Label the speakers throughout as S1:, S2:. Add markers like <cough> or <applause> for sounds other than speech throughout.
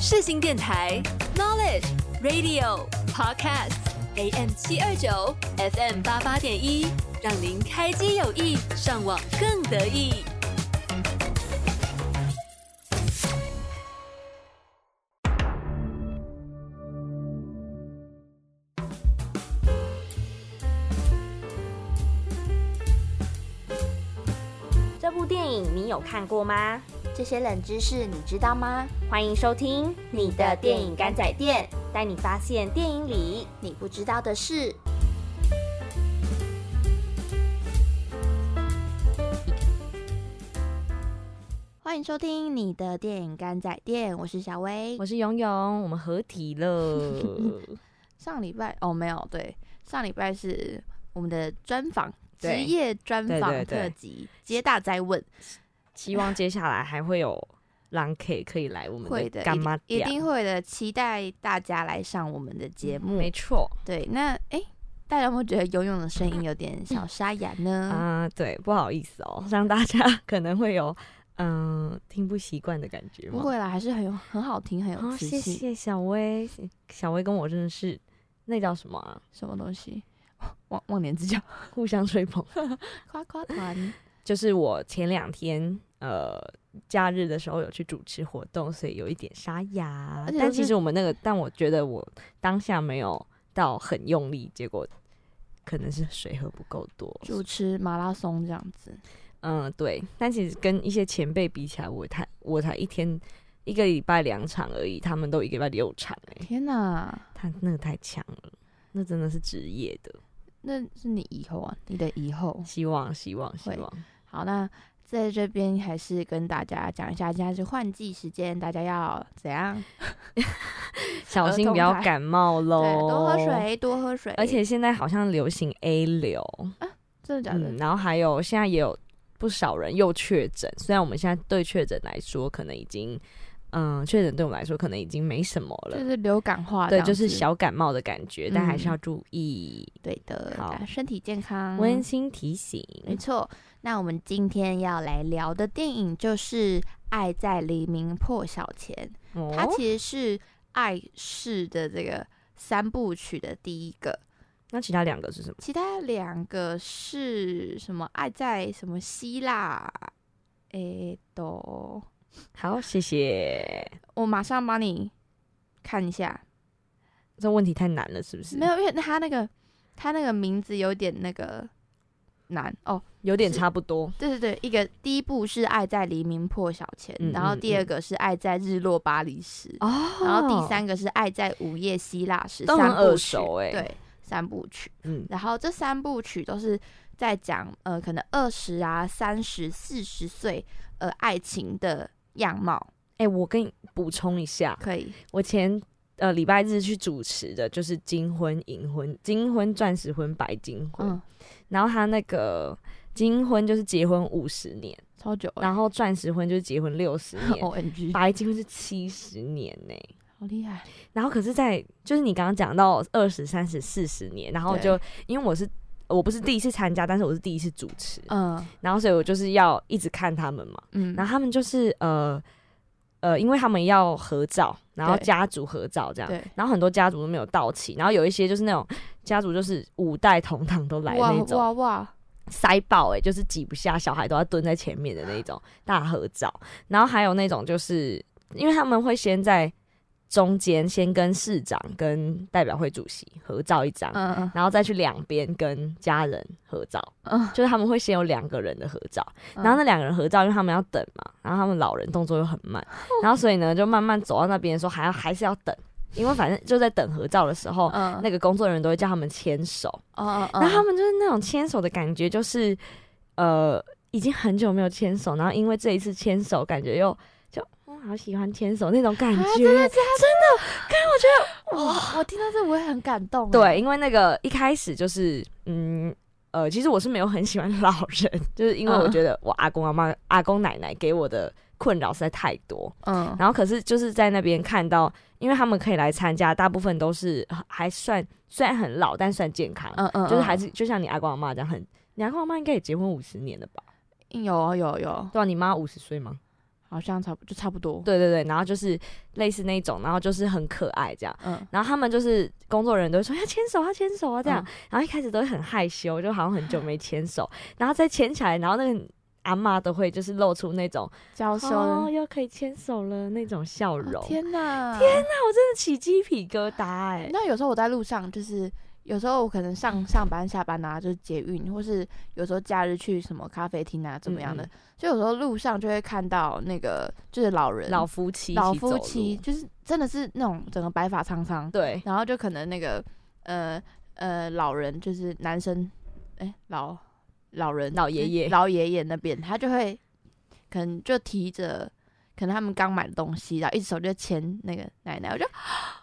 S1: 世新电台 Knowledge Radio Podcast AM 七二九 FM 八八点一，让您开机有意，上网更得意。
S2: 这部电影你有看过吗？这些冷知识你知道吗？欢迎收听你的电影干仔店，带你发现电影里你不知道的事。欢迎收听你的电影干仔店，我是小薇。
S3: 我是勇勇，我们合体
S2: <laughs>
S3: 了。
S2: 上礼拜哦，没有对，上礼拜是我们的专访。职
S3: 对
S2: 业专
S3: 对
S2: 访
S3: 对对
S2: 特辑，接大灾问，
S3: 希望接下来还会有狼 K 可以来我们
S2: 会的，
S3: 的
S2: 一
S3: 干
S2: 定
S3: 妈
S2: 一
S3: 店，
S2: 定会的。期待大家来上我们的节目。
S3: 没错
S2: 对，那哎、诶大家有没有觉得游泳的声音有点小沙哑呢？
S3: 啊、对，不好意思哦，让大家可能会有嗯、听不习惯的感觉
S2: 不
S3: 嘛。
S2: 会啦，还是很有很好听，很有
S3: 哦，
S2: 磁
S3: 谢
S2: 性。
S3: 谢小薇，小薇跟我真的是那叫什么啊？
S2: 什么东西？ <laughs> 忘忘年之交，
S3: 互相吹捧。
S2: <laughs> 夸夸团。
S3: 就是我前两天呃假日的时候有去主持活动，所以有一点沙哑
S2: 而。且
S3: 但
S2: 都是
S3: 其实我们那个，但我觉得我当下没有到很用力，结果可能是水喝不够多。
S2: 主持马拉松这样子，
S3: 嗯，对。但其实跟一些前辈比起来，我才我才一天一个礼拜两场而已，他们都一个礼拜六场、欸，
S2: 天哪！
S3: 他那个太强了。那真的是职业的，
S2: 那是你以后啊，你的以后。
S3: 希望希望希
S2: 会
S3: 望，
S2: 好，那在这边还是跟大家讲一下，现在是换季时间，大家要怎样？
S3: 小
S2: 儿
S3: 心
S2: 童
S3: 不要
S2: 牌
S3: 感冒喽。
S2: 对，多喝，水，多喝水。
S3: 哦而且现在好像流行 A 流，
S2: 真的假的？
S3: 嗯，然后还有现在也有不少人又确诊，虽然我们现在对确诊来说可能已经，嗯，确诊对我们来说可能已经没什么
S2: 就
S3: 了，
S2: 是流感化这
S3: 对，
S2: 样子，
S3: 就是小感冒的感觉，但还是要
S2: 嗯
S3: 注意。
S2: 对的，
S3: 好
S2: 大家身体健康，
S3: 温馨提醒，
S2: 嗯没错，那我们今天要来聊的电影就是《爱在黎明破晓前》，它
S3: 哦，
S2: 其实是爱是的这个三部曲的第一个，
S3: 那其他两个是什么？
S2: 其他两个是什么？爱在什么希腊？诶，都，
S3: 好，谢谢。
S2: 我马上帮你看一下。
S3: 这问题太难了，是不是？
S2: 没，有，因为它那个它那个名字有点那个难哦。
S3: 有点
S2: 是
S3: 差不多。
S2: 对对对，一个第一部是《爱在黎明破晓前》
S3: 嗯
S2: 然后
S3: 嗯
S2: 第二
S3: 嗯
S2: 个是《爱在日落巴黎时》
S3: 哦，
S2: 然后第，三个是《爱在午夜希腊时》，
S3: 都很
S2: 三部
S3: 耳
S2: 曲
S3: 熟欸
S2: 对，三部曲。
S3: 嗯，
S2: 然后这三部曲都是在讲呃，可能二十啊、三十、四十岁呃爱情的样貌，
S3: 哎，我跟你补充一下，
S2: 可以
S3: 我前呃礼拜日去主持的就是金婚、银婚、金婚、钻石婚、白金婚，
S2: 嗯，
S3: 然后他那个金婚就是结婚五十年，
S2: 超久欸。
S3: 然后钻石婚就是结婚六十年，
S2: O N G，
S3: <laughs> 白金婚是七十年呢、
S2: 好厉害，
S3: 然后可是在，就是你刚刚讲到二十三十四十年，然后
S2: 对
S3: 就因为我是。我不是第一次参加，但是我是第一次主持，
S2: 嗯
S3: 然后所以我就是要一直看他们嘛。
S2: 嗯，
S3: 然后他们就是呃呃，因为他们要合照，然后
S2: 对
S3: 家族合照这样，
S2: 对
S3: 然后很多家族都没有到齐，然后有一些就是那种家族就是五代同堂都来
S2: 哇
S3: 那种，
S2: 哇哇，
S3: 塞爆哎、欸，就是挤不下，小孩都要蹲在前面的那种大合照。然后还有那种就是，因为他们会先在中间先跟市长跟代表会主席合照一张，
S2: 嗯嗯
S3: 然后再去两边跟家人合照，
S2: 嗯，
S3: 就是他们会先有两个人的合照，然后那两个人合照，因为他们要等嘛，然后他们老人动作又很慢，
S2: 哦
S3: 然后所以呢就慢慢走到那边的时候还要还是要等，因为反正就在等合照的时候，
S2: 嗯
S3: 那个工作人员都会叫他们牵手。
S2: 嗯嗯，
S3: 然后他们就是那种牵手的感觉，就是呃，已经很久没有牵手，然后因为这一次牵手，感觉又就嗯，好喜欢牵手那种感觉。
S2: 啊真的假的？真的，看我嗯觉得哇，我听到这我也很感动。欸
S3: 对，，因为那个一开始就是嗯。呃，其实我是没有很喜欢老人， <laughs> 就是因为我
S2: 嗯
S3: 觉得我阿公阿妈、阿公奶奶给我的困扰实在太多。
S2: 嗯，
S3: 然后可是就是在那边看到，因为他们可以来参加，大部分都是呃还算虽然很老，但算健康，
S2: 嗯嗯，
S3: 就是还
S2: 是
S3: 是就像你阿公阿妈这样很，你阿公阿妈应该也结婚五十年了吧？
S2: 有有有，
S3: 对啊，你妈五十岁吗？
S2: 好像差不就差不多。，
S3: 对对对，然后就是类似那种，然后就是很可爱这样。
S2: 嗯，
S3: 然后他们就是工作人员都会说要牵手，要牵手啊这样。
S2: 嗯
S3: 然后一开始都会很害羞，就好像很久没牵手，然后再牵起来，然后那个阿嬷都会就是露出那种
S2: 娇羞的。
S3: 哦又可以牵手了那种笑
S2: 哦
S3: 容，
S2: 天
S3: <laughs>
S2: 哪！天哪！
S3: 真的起鸡皮疙瘩哎、
S2: 那有时候我在路上，就是有时候我可能
S3: 嗯
S2: 上上班、下班啊，就是捷运，或是有时候假日去什么咖啡厅啊，怎么样的，
S3: 嗯嗯
S2: 就有时候路上就会看到那个就是老人、
S3: 老夫妻一起
S2: 老夫
S3: 走路
S2: 妻，就是真的是那种整个白发苍苍，
S3: 对
S2: 然后就可能那个呃呃老人就是男生，哎、老老人
S3: 老爷
S2: 就是
S3: 爷
S2: 老爷爷那边，他就会可能就提着。可能他们刚买的东西，然后一只手就牵那个奶奶，我就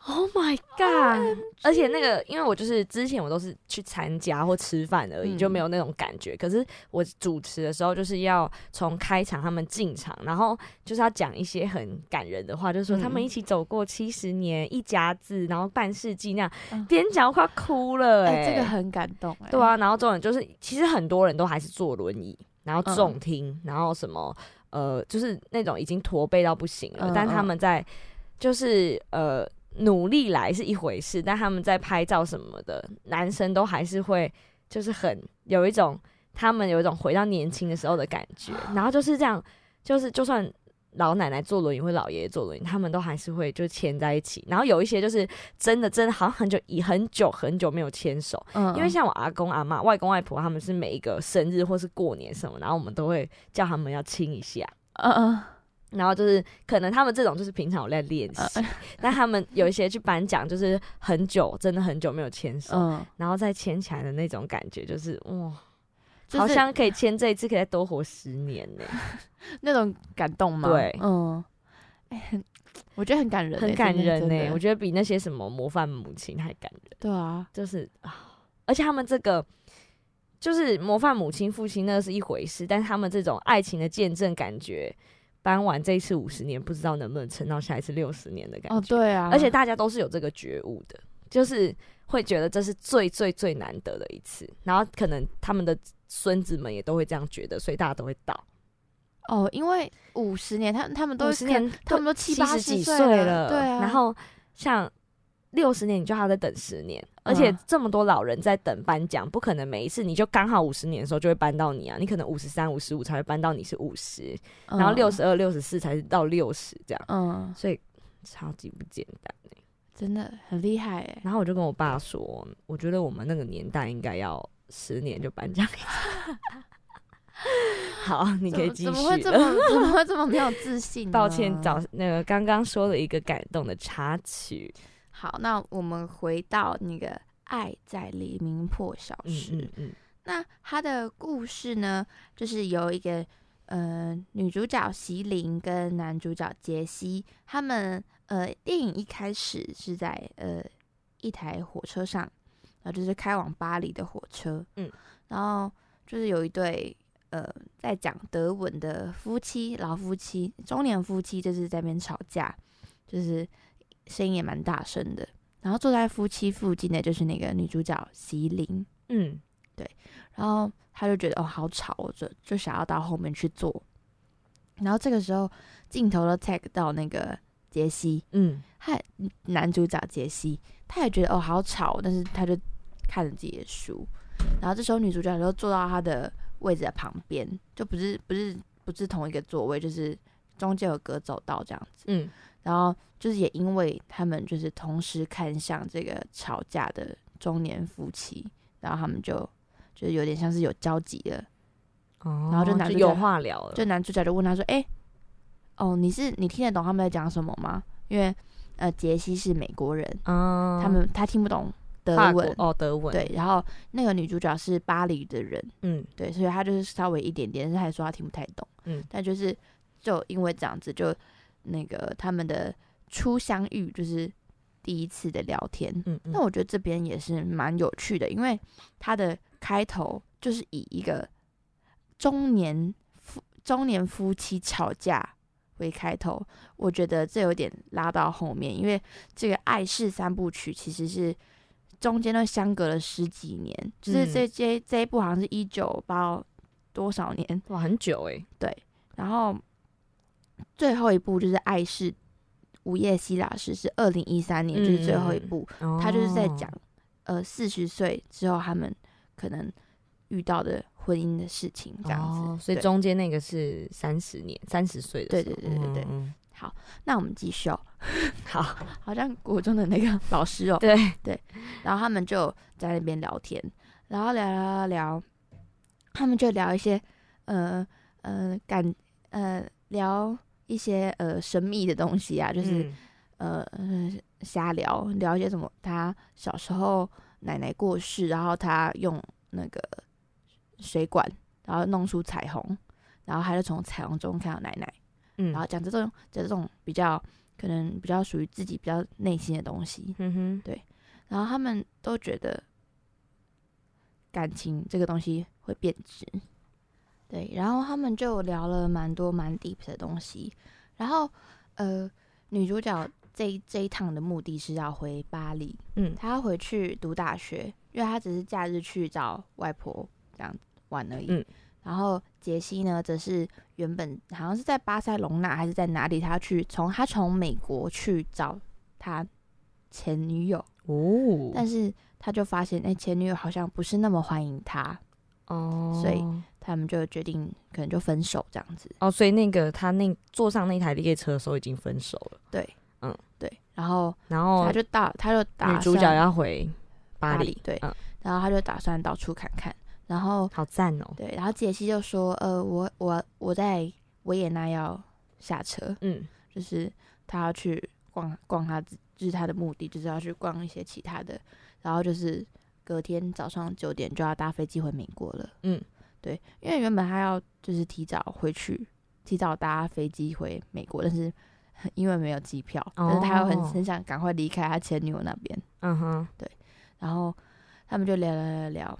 S3: ，Oh my god！而且那个，因为我就是之前我都是去参加或吃饭而已，
S2: 嗯
S3: 就没有那种感觉。可是我主持的时候，就是要从开场他们进场，然后就是要讲一些很感人的话，就是说
S2: 嗯
S3: 他们一起走过七十年，一家子，然后半世纪那样
S2: 嗯，
S3: 边讲快哭了、
S2: 哎、
S3: 哎、
S2: 这个很感动、哎，
S3: 对，啊，然后重点就是，其实很多人都还是坐轮椅，然后
S2: 嗯
S3: 重听，然后什么呃，就是那种已经驼背到不行了，
S2: 嗯
S3: 但
S2: 嗯
S3: 他们在就是呃努力来是一回事，但他们在拍照什么的，男生都还是会就是很有一种他们有一种回到年轻的时候的感觉，
S2: 啊
S3: 然后就是这样，就是就算。老奶奶坐轮椅或老爷爷坐轮椅，他们都还是会就牵在一起。然后有一些就是真的真的好像很久以很久很久没有牵手，
S2: 嗯
S3: 因为像我阿公阿妈、外公外婆，他们是每一个生日或是过年什么，然后我们都会叫他们要亲一下。
S2: 嗯嗯
S3: 然后就是可能他们这种就是平常有在练习，
S2: 呃哎
S3: 但他们有一些去颁奖，就是很久真的很久没有牵手，
S2: 嗯，
S3: 然后再牵起来的那种感觉，就是哇，
S2: 就是
S3: 好像可以牵这一次，可以再多活十年呢、
S2: 那种感动吗？
S3: 对
S2: 嗯，哎、很，我觉得很感人、
S3: 很感人欸呢、
S2: 呢、真的
S3: 我觉得比那些什么模范母亲还感人。
S2: 对啊，
S3: 就是啊，而且他们这个就是模范母亲、父亲那是一回事，但他们这种爱情的见证，感觉搬完这一次五十年，不知道能不能撑到下一次六十年的感
S2: 哦，
S3: 觉。
S2: 对啊，
S3: 而且大家都是有这个觉悟的，就是会觉得这是最最最难得的一次，然后可能他们的孙子们也都会这样觉得，所以大家都会到
S2: 哦，因为五十年，他他们都
S3: 五
S2: 是
S3: 十
S2: 可能
S3: 年，
S2: 他们都七
S3: 七
S2: 八
S3: 十
S2: 十
S3: 几
S2: 岁
S3: 岁
S2: 了
S3: 了，
S2: 对啊
S3: 然后像六十年，你就还要再等十年，而且
S2: 嗯
S3: 这么多老人在等颁奖，不可能每一次你就刚好五十年的时候就会颁到你啊，你可能五十三、五十五才会颁到你是五十，然后
S2: 嗯
S3: 六，十二、六十四才是到六十这样，
S2: 嗯，
S3: 所以超级不简单欸、
S2: 真的很厉害哎、
S3: 然后我就跟我爸说，我觉得我们那个年代应该要十年就颁奖一次。 <laughs> 好，你可以继续
S2: 怎
S3: 了。
S2: 么会这么
S3: <laughs>
S2: 怎么会这么没有自信呢？
S3: 抱歉，早那个刚刚说了一个感动的插曲，
S2: 好，那我们回到那个《爱在黎明破晓
S3: 嗯
S2: 时》
S3: 嗯嗯，
S2: 那它的故事呢，就是由一个呃女主角席琳跟男主角杰西，他们呃电影一开始是在呃一台火车上，然后就是开往巴黎的火车，
S3: 嗯，
S2: 然后就是有一对呃在讲德文的夫妻，老夫妻、中年夫妻，就是在那边吵架，就是声音也蛮大声的。然后坐在夫妻附近的就是那个女主角席琳，
S3: 嗯，
S2: 然后他就觉得哦好吵哦，就就想要到后面去坐。然后这个时候镜头都 tag 到那个杰西，
S3: 嗯，
S2: 他男主角杰西，他也觉得哦好吵，但是他就看着自己的书。然后这时候女主角就坐到他的位置的旁边，就不是不是不是同一个座位，就是中间有隔走道这样子。
S3: 嗯，
S2: 然后就是也因为他们就是同时看向这个吵架的中年夫妻，然后他们就就是有点像是有交集了。
S3: 哦
S2: 然后就男主角
S3: 有话聊了，
S2: 就男主角就问他说：“哎、哦，你是你听得懂他们在讲什么吗？”因为呃，杰西是美国人，
S3: 嗯
S2: 他们他听不懂德
S3: 法国
S2: 文，
S3: 哦，德文，
S2: 对，，然后那个女主角是巴黎的人，
S3: 嗯
S2: 对，所以她就是稍微一点点，但是还说她听不太懂，
S3: 嗯
S2: 但就是就因为这样子，就那个他们的初相遇就是第一次的聊天，
S3: 嗯，
S2: 那
S3: 我
S2: 我觉得这边也是蛮有趣的，因为它的开头就是以一个中年夫中年夫妻吵架为开头，我觉得这有点拉到后面，因为这个爱是三部曲其实是中间都相隔了十几年，
S3: 嗯
S2: 就是这这这一部好像是一九八多少年，
S3: 欸哇很久哎，
S2: 然后最后一部就是《爱是午夜希腊式》，是二零一三年，就是最后一
S3: 嗯
S2: 部，
S3: 哦
S2: 他就是在讲，呃四十岁之后他们可能遇到的婚姻的事情这样子。
S3: 哦所以
S2: 对
S3: 中间那个是三十年，三十岁的
S2: 对
S3: 时候，
S2: 对对对对
S3: 嗯，
S2: 那我们继续哦，
S3: 嗯好，
S2: 好像国中的那个 <laughs> 老师哦，
S3: 对，
S2: 然后他们就在那边聊天，然后聊聊聊，他们就聊一些呃呃感呃聊一些呃神秘的东西啊，就是、呃
S3: 嗯
S2: 呃瞎聊聊一些什么，他小时候奶奶过世，然后他用那个水管，然后弄出彩虹，然后他就从彩虹中看到奶奶，
S3: 嗯，
S2: 然后讲这种讲这种比较可能比较属于自己比较内心的东西，
S3: 嗯哼，
S2: 然后他们都觉得感情这个东西会变质，对，然后他们就聊了蛮多蛮 deep 的东西，然后呃，女主角这一这一趟的目的是要回巴黎，
S3: 嗯
S2: 她要回去读大学，因为她只是假日去找外婆这样玩而已，
S3: 嗯
S2: 然后杰西呢，则是原本好像是在巴塞隆纳还是在哪里，她去从她从美国去找她前女友。
S3: 哦，
S2: 但是他就发现，哎、前女友好像不是那么欢迎他，
S3: 哦，
S2: 所以他们就决定可能就分手这样子。
S3: 哦，所以那个他那坐上那台列车的时候已经分手了，
S2: 对，
S3: 嗯，
S2: 对。然后
S3: 然后
S2: 他就到，他就打
S3: 哦女主角
S2: 算
S3: 要回巴
S2: 巴
S3: 黎，
S2: 黎对
S3: 嗯
S2: 然后他就打算到处看看。然后
S3: 好赞哦，
S2: 对，然后杰西就说，呃，我我我在维也纳要下车，
S3: 嗯
S2: 就是他要去逛逛他自，就是他的目的就是要去逛一些其他的，然后就是隔天早上九点就要搭飞机回美国了。
S3: 嗯，
S2: 对，因为原本他要就是提早回去，提早搭飞机回美国，但是因为没有机票，但是他又很
S3: 哦
S2: 很想赶快离开他前女友那边，
S3: 嗯哼，
S2: 然后他们就聊聊聊聊，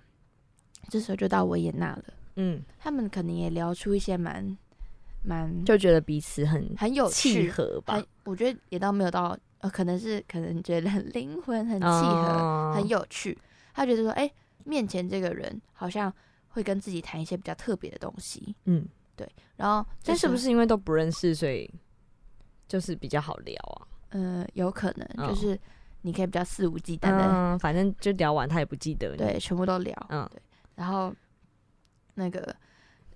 S2: 这时候就到维也纳了，
S3: 嗯，
S2: 他们可能也聊出一些蛮蛮
S3: 就觉得彼此很
S2: 很有趣
S3: 契合吧
S2: 很，，呃我觉得也倒没有到，呃，可能是可能觉得很灵魂很契合，
S3: 哦
S2: 很有趣。他觉得说，哎、面前这个人好像会跟自己谈一些比较特别的东西，
S3: 嗯，
S2: 然后这
S3: 但是
S2: 时候
S3: 不？是因为都不认识，所以就是比较好聊啊？
S2: 呃，有可
S3: 嗯
S2: 能就是你可以比较肆无忌惮的、
S3: 嗯，反正就聊完他也不记得你，
S2: 对全部都聊，
S3: 嗯
S2: 然后那个，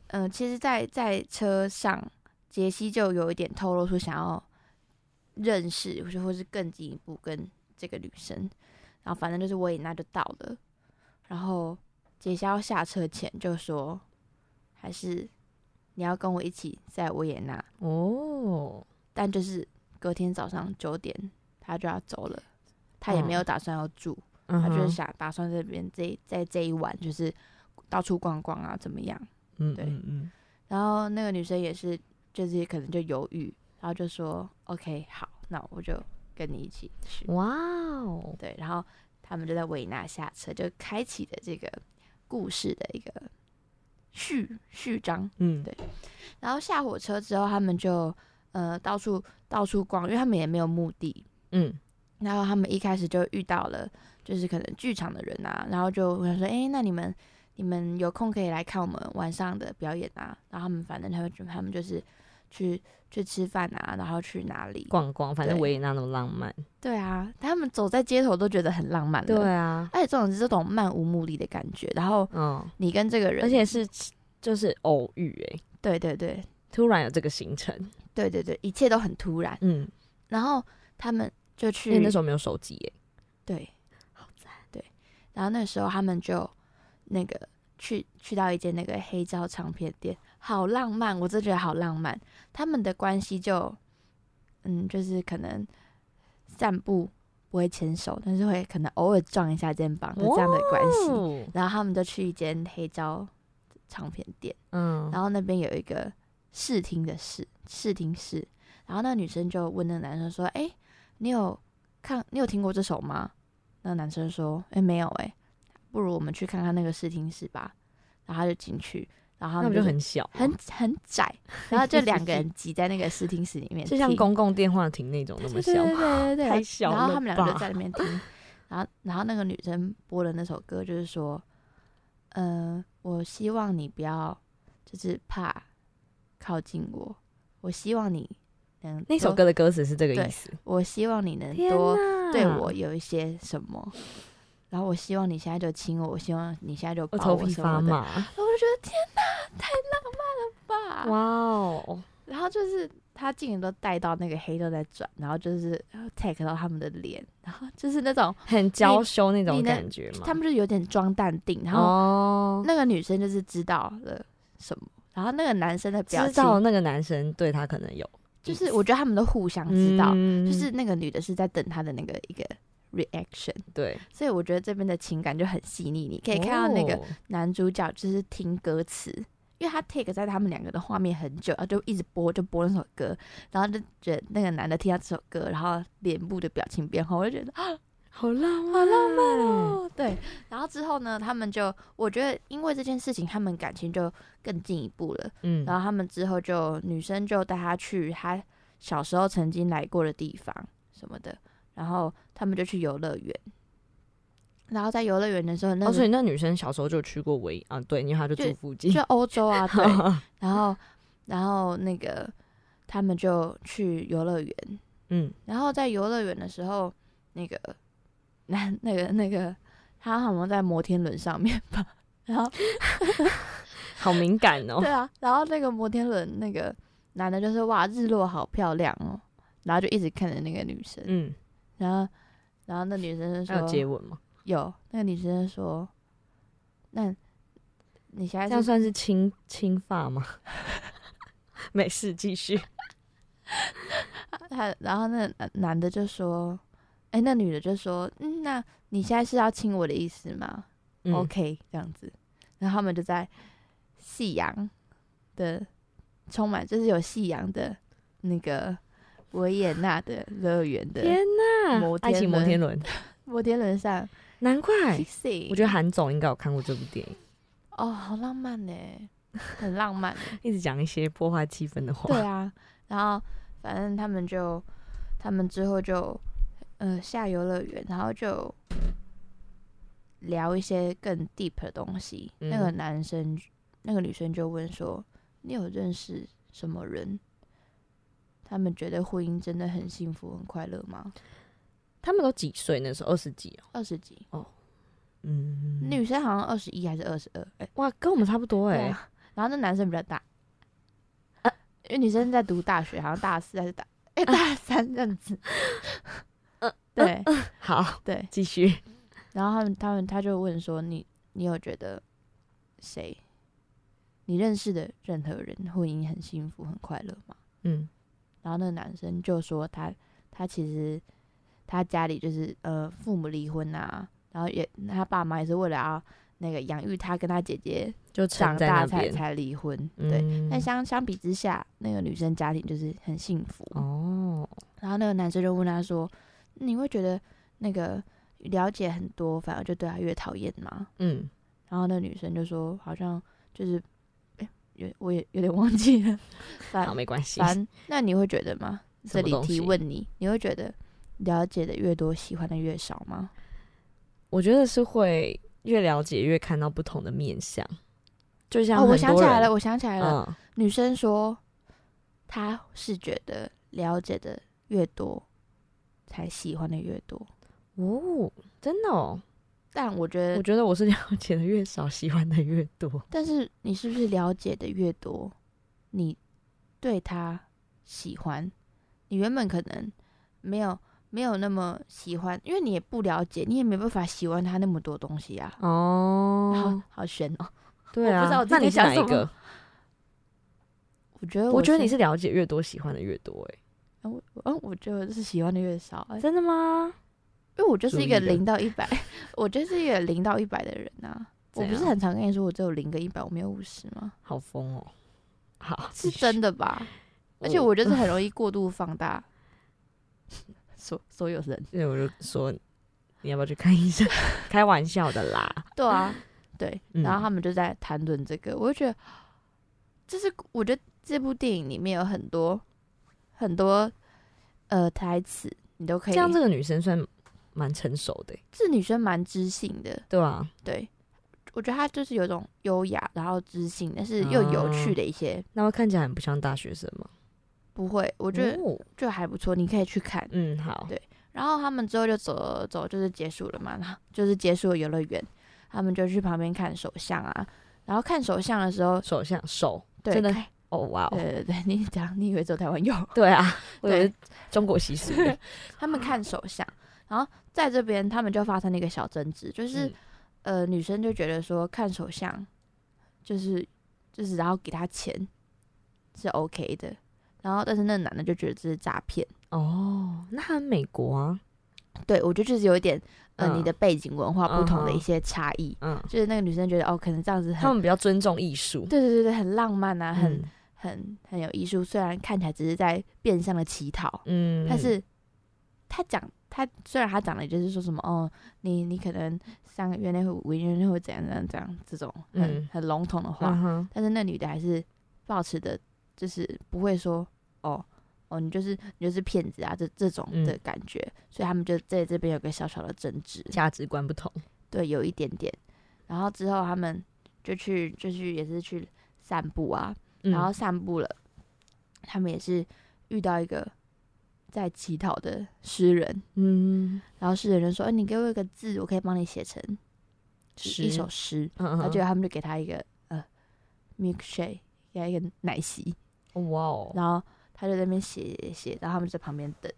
S2: 呃，其实在，在车上，杰西就有一点透露出想要认识，或是或是更进一步跟这个女生。然后反正就是维也纳就到了，然后杰西要下车前就说，还是你要跟我一起在维也纳，
S3: 哦，
S2: 但就是隔天早上九点他就要走了，他也没有打算要住。
S3: 嗯
S2: 他
S3: 哼，
S2: 就是想打算这边这一在这一晚就是到处逛逛啊，怎么样？
S3: 嗯
S2: 对
S3: 嗯嗯
S2: 然后那个女生也是，就是可能就犹豫，然后就说 OK 好，那我就跟你一起去。
S3: 哇哦，
S2: 对，然后他们就在维也纳下车，就开启了这个故事的一个序序章。
S3: 嗯，
S2: 对然后下火车之后，他们就呃到处到处逛，因为他们也没有目的，
S3: 嗯
S2: 然后他们一开始就遇到了，就是可能剧场的人啊，然后就我想说，哎、那你们你们有空可以来看我们晚上的表演啊。然后他们反正他们就他们就是去去吃饭啊，然后去哪里？
S3: 逛逛，反正
S2: 对
S3: 维也纳那么浪漫，
S2: 对啊，他们走在街头都觉得很浪漫了。
S3: 对，啊，
S2: 而且这种是这种漫无目的的感觉。然后
S3: 嗯，
S2: 你跟这个人，
S3: 而且是就是偶遇哎、
S2: 对对对
S3: 突然有这个行程，
S2: 对对对，一切都很突然。
S3: 嗯，
S2: 然后他们就
S3: 因为
S2: 去
S3: 那时候没有手机哎、
S2: 对，对，然后那时候他们就那个去去到一间那个黑胶唱片店，好浪漫，我真觉得好浪漫。他们的关系就，嗯，就是可能散步不会牵手，但是会可能偶尔撞一下肩膀，就这样的关系。
S3: 哦，
S2: 然后他们就去一间黑胶唱片店，
S3: 嗯，
S2: 然后那边有一个试听的试试听室，然后那个女生就问那个男生说：“哎、你有看你有听过这首吗？”那个男生说：“哎、没有哎、不如我们去看看那个试听室吧。”然后他就进去，然后
S3: 那
S2: 他
S3: 不
S2: 们
S3: 就
S2: 就
S3: 很小吗，
S2: 很很窄，然后就两个人挤在那个试听室里面听，
S3: <laughs> 就像公共电话亭那种那么
S2: 对对
S3: 小
S2: 对，对对对，
S3: 太小
S2: 然后
S3: 了
S2: 他们两个
S3: 吧
S2: 就在那边听，然后然后那个女生播的那首歌就是说，呃，我希望你不要就是怕靠近我，我希望你能
S3: <laughs> 那首
S2: 多，
S3: 歌的歌词是这个
S2: 嗯对
S3: 意思。
S2: 我希望你能
S3: 天
S2: 多
S3: 哪
S2: 对我有一些什么。然后我希望你现在就亲我，我希望你现在就
S3: 哦我
S2: 抱
S3: 头皮
S2: 什么
S3: 发
S2: 的。
S3: 麻。
S2: 然后我就觉得天哪，太浪漫了吧！
S3: 哇哦，
S2: 然后就是他竟然都带到那个黑豆在转，然后就是呃 take 到他们的脸，然后就是那种
S3: 很娇羞那种
S2: 你的
S3: 感觉嘛
S2: 他。们就有点装淡定，然后
S3: 哦，
S2: 那个女生就是知道了什么，然后那个男生的表
S3: 知
S2: 情
S3: 道那个男生对他可能有
S2: 就是我觉得他们都互相知道，
S3: 嗯
S2: 就是那个女的是在等他的那个一个 reaction，
S3: 对，
S2: 所以我觉得这边的情感就很细腻，你可以看到那个
S3: 哦
S2: 男主角就是听歌词，因为他 take 在他们两个的画面很久，然后就一直播就播那首歌，然后就觉得那个男的听到这首歌，然后脸部的表情变化，我就觉得啊
S3: 好浪漫，好浪漫哦。
S2: 哦对，然后之后呢，他们就我觉得因为这件事情，他们感情就更进一步了，
S3: 嗯，
S2: 然后他们之后就女生就带他去他小时候曾经来过的地方什么的，然后他们就去游乐园。然后在游乐园的时候，那
S3: 哦，
S2: 个
S3: 所以那女生小时候就去过维啊，对，因为她就住附近
S2: 就。欧洲
S3: <laughs>
S2: 啊，对。然后，然后那个他们就去游乐园，
S3: 嗯，
S2: 然后在游乐园的时候，那个 <laughs> 那那个那个他好像在摩天轮上面吧， <laughs> 然后
S3: 好敏感哦
S2: 对。啊，然后那个摩天轮那个男的就说哇日落好漂亮哦，然后就一直看着那个女生，
S3: 嗯，
S2: 然后然后那女生就
S3: 还有接
S2: 说
S3: 吻吗？
S2: 有，那个女生就说那你现
S3: 这
S2: 在
S3: 样
S2: 是
S3: 算是亲亲发吗？ <laughs> 没事，继续。
S2: 他，然后那男男的就说：“哎、那女的就说，嗯，那你现在是要亲我的意思吗、
S3: 嗯
S2: o k 这样子。然后他们就在夕阳的充满，就是有夕阳的那个维也纳的乐园
S3: 天
S2: 的
S3: 哪
S2: 摩，
S3: 爱
S2: 天
S3: 情摩
S2: 轮
S3: 天轮，
S2: 摩天轮上
S3: <laughs> 难怪。
S2: kissing，
S3: 我觉得韩总应该有看过这部电影，
S2: 哦，好浪漫
S3: <laughs>
S2: 呢，很浪漫欸。
S3: 一直讲一些破坏气氛的
S2: 对
S3: 话。
S2: 啊，然后反正他们就，他们之后就，呃，下游乐园，然后就聊一些更 deep 的东西。那个
S3: 嗯
S2: 男生，那个女生就问说：“你有认识什么人？他们觉得婚姻真的很幸福、很快乐吗
S3: 他们都几岁？那时候二十几哦。？”
S2: 二十几，
S3: 嗯，
S2: 女生好像二十一还是二十二？哎，
S3: 哇，跟我们差不多
S2: 对
S3: 哎。
S2: 啊。然后那男生比较大，
S3: 呃
S2: 因为女生在读大学，好像大四还是大哎、大三这样子。
S3: 呃
S2: <laughs> 对
S3: 好，
S2: 对，
S3: 继续。
S2: 然后他们他们他就问说你你有觉得谁你认识的任何人婚姻很幸福很快乐吗？
S3: 嗯，
S2: 然后那个男生就说他他其实他家里就是呃父母离婚啊，然后也他爸妈也是为了要那个养育他跟他姐姐
S3: 就
S2: 长
S3: 撑在
S2: 大
S3: 那
S2: 才
S3: 边。
S2: 才离婚，对。
S3: 嗯
S2: 但相相比之下，那个女生家庭就是很幸福。
S3: 哦，
S2: 然后那个男生就问她说：“你会觉得那个了解很多，反而就对她越讨厌吗
S3: 嗯，？”
S2: 然后那女生就说：“好像就是，诶有我也有点忘记了，反
S3: 好，没关系。
S2: 反那你会觉得吗？
S3: 什
S2: 这
S3: 么
S2: 里
S3: 东
S2: 提
S3: 西
S2: 问你，你会觉得了解的越多，喜欢的越少吗？
S3: 我觉得是会越了解越看到不同的面相，就像
S2: 哦，我
S3: 很
S2: 想
S3: 多
S2: 起来
S3: 人
S2: 了，我想起来了，
S3: 嗯，
S2: 女生说她是觉得了解的越多，才喜欢的越多。”
S3: 哦，真的哦，
S2: 但我觉得，
S3: 我觉得我是了解的越少，喜欢的越多。
S2: 但是你是不是了解的越多，你对他喜欢，你原本可能没有没有那么喜欢，因为你也不了解，你也没办法喜欢他那么多东西啊。
S3: 哦
S2: 好，好悬哦！
S3: 对
S2: 我不
S3: 啊
S2: 知道我，
S3: 那
S2: 在
S3: 你是
S2: 想
S3: 哪一
S2: 什么
S3: 个？
S2: 我觉得我，
S3: 我觉得你是了解越多，喜欢的越多，哎，
S2: 啊，我嗯，我觉得是喜欢的越少、哎，
S3: 真的吗？
S2: 因为我就是一个
S3: 注意的
S2: 零到一百， <laughs> 我就是一个零到一百的人啊。我
S3: 怎
S2: 不是
S3: 样
S2: 很常跟你说我只有零跟一百，我没有五十吗？
S3: 好疯哦，好， <laughs>
S2: 是
S3: 继续
S2: 真，的吧？而且我就是很容易过度放大嗯 <laughs> 所所有人。
S3: 对，我就说你要不要去看医 <laughs> 生？开玩笑的啦，
S2: 对啊，对。
S3: 嗯
S2: 然后他们就在谈论这个，我就觉得，就是我觉得这部电影里面有很多很多呃台词，你都可以。
S3: 这样这个女生算蛮成熟的，哎
S2: 这女生蛮知性的，
S3: 对啊，
S2: 对。我觉得她就是有种优雅，然后知性，但是又有趣的一些。
S3: 那会看起来很不像大学生吗？哦
S2: 不会，我
S3: 我
S2: 觉得就还不错，你可以去看。
S3: 嗯好
S2: 对，然后他们之后就走走走，就是结束了嘛，然后 <laughs> 就是结束了游乐园，他们就去旁边看首相啊。然后看首相的时候，
S3: 手像手
S2: 对，
S3: 真的
S2: 看
S3: 哦哇哦，
S2: 对对对，你讲，你以为只有台湾有？ <laughs>
S3: 对啊，我以
S2: 对
S3: 为是中国习 <laughs> 俗的
S2: 他们看首相，然后在这边他们就发生了一个小争执，就是、
S3: 嗯
S2: 呃，女生就觉得说看首相就是就是然后给他钱是 OK 的，然后但是那个男的就觉得这是诈骗。
S3: 哦，那很美国啊，
S2: 对，我觉得就是有一点呃，
S3: 嗯
S2: 你的背景文化不同的
S3: 嗯哼
S2: 一些差异，
S3: 嗯，
S2: 就是那个女生觉得哦，可能这样子
S3: 他
S2: 很。
S3: 们比较尊重艺术，
S2: 对对对对，很浪漫啊，很、
S3: 嗯
S2: 很很有艺术。虽然看起来只是在变相的乞讨，
S3: 嗯，
S2: 但是他讲他虽然他讲的就是说什么哦，你你可能三个月内会五个月内会怎样怎样怎样这种很、
S3: 嗯
S2: 很笼统的话，
S3: 嗯哼
S2: 但是那女的还是保持的，就是不会说哦哦你就是你就是骗子啊这这种
S3: 嗯
S2: 的感觉，所以他们就在这边有个小小的争执，
S3: 价值观不同，
S2: 对，有一点点。然后之后他们就去就去也是去散步啊，
S3: 嗯
S2: 然后散步了，他们也是遇到一个在乞讨的诗人，
S3: 嗯，
S2: 然后诗人就说：“哎、你给我一个字，我可以帮你写成一一首诗。
S3: 嗯，
S2: 然后
S3: 嗯
S2: 结果他们就给他一个呃 milkshake，给他一个奶昔，
S3: 哦哇哦，
S2: 然后他就在那边写写写，然后他们就在旁边等。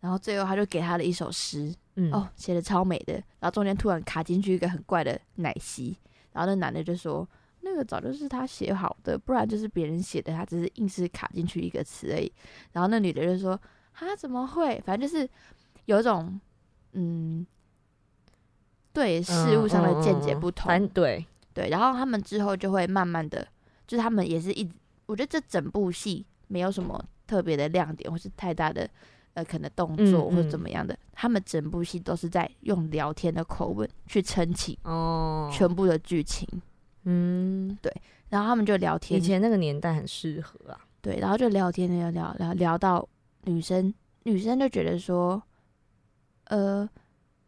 S2: 然后最后他就给他了一首诗，
S3: 嗯
S2: 哦，写的超美的。然后中间突然卡进去一个很怪的奶昔，然后那男的就说：“那个早就是他写好的，不然就是别人写的，他只是硬是卡进去一个词而已。”然后那女的就说：“哈，怎么会？反正就是有一种嗯，对
S3: 嗯
S2: 事物上的见解不同。
S3: 反正对，
S2: 对，然后他们之后就会慢慢的，就是他们也是一直，我觉得这整部戏没有什么特别的亮点，或是太大的呃可能动
S3: 嗯
S2: 作或
S3: 嗯
S2: 者怎么样的，他们整部戏都是在用聊天的口吻去撑起
S3: 哦，
S2: 全部的剧情，
S3: 嗯，
S2: 然后他们就聊天
S3: 以，前那个年代很适合啊，
S2: 对，然后就聊天聊聊聊聊到女生，女生就觉得说，呃，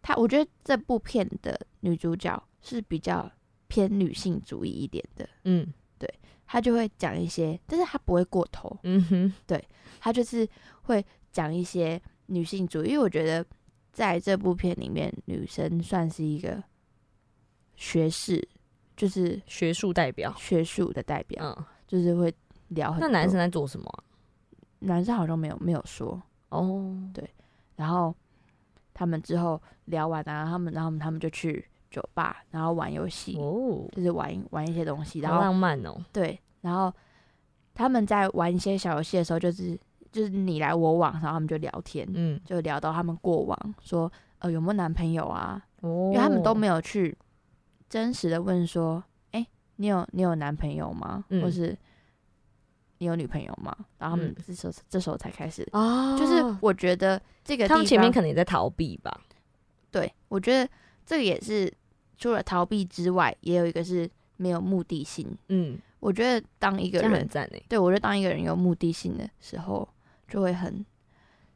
S2: 她我觉得这部片的女主角是比较偏女性主义一点的。
S3: 嗯
S2: 他就会讲一些，但是他不会过头，
S3: 嗯哼，
S2: 他就是会讲一些女性主义。因为我觉得在这部片里面，女生算是一个学士，就是
S3: 学术代表，
S2: 学术的代表，
S3: 嗯，
S2: 就是会聊很
S3: 那
S2: 多。
S3: 男生在做什么啊？
S2: 男生好像没有没有说，
S3: 哦，
S2: 然后他们之后聊完啊，他们然后他们就去酒吧，然后玩游戏，
S3: 哦，
S2: 就是玩玩一些东西，然
S3: 好
S2: 后
S3: 浪漫哦，
S2: 对，然后他们在玩一些小游戏的时候，就是就是你来我往，然后他们就聊天，
S3: 嗯，
S2: 就聊到他们过往，说呃有没有男朋友啊？
S3: 哦，
S2: 因为他们都没有去真实的问说，哎、你有你有男朋友吗？或
S3: 嗯
S2: 是你有女朋友吗？然后他们
S3: 嗯
S2: 这时候、这时候才开始，
S3: 啊，
S2: 就是我觉得这个
S3: 他们
S2: 地
S3: 前面
S2: 方
S3: 可能也在逃避吧，
S2: 对我觉得这个也是除了逃避之外，也有一个是没有目的性。
S3: 嗯，
S2: 我觉得当一个
S3: 这样
S2: 人
S3: 很赞诶，欸
S2: 对我觉得当一个人有目的性的时候，就会很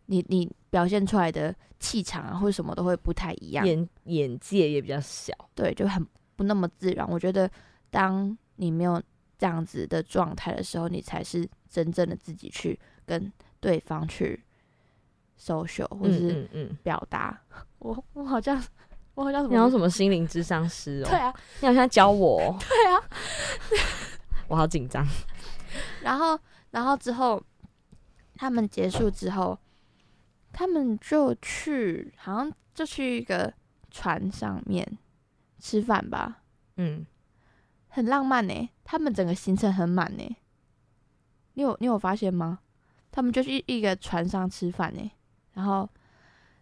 S2: 你你表现出来的气场啊，或者什么都会不太一样，
S3: 眼眼界也比较小，
S2: 对，就很不那么自然。我觉得当你没有这样子的状态的时候，你才是真正的自己去跟对方去 social 或
S3: 嗯
S2: 是
S3: 嗯嗯，
S2: 表达。 <laughs> 我我好像我好像什
S3: 你要
S2: 么？
S3: 什么心灵智商师哦？
S2: 对啊，
S3: 你好像教我 <laughs> 哦，
S2: 对啊，
S3: <laughs> 我好紧张。
S2: 然后，然后之后，他们结束之后，他们就去，好像就去一个船上面吃饭吧，
S3: 嗯，
S2: 很浪漫呢、他们整个行程很满呢、你有你有发现吗？他们就去一个船上吃饭呢、然后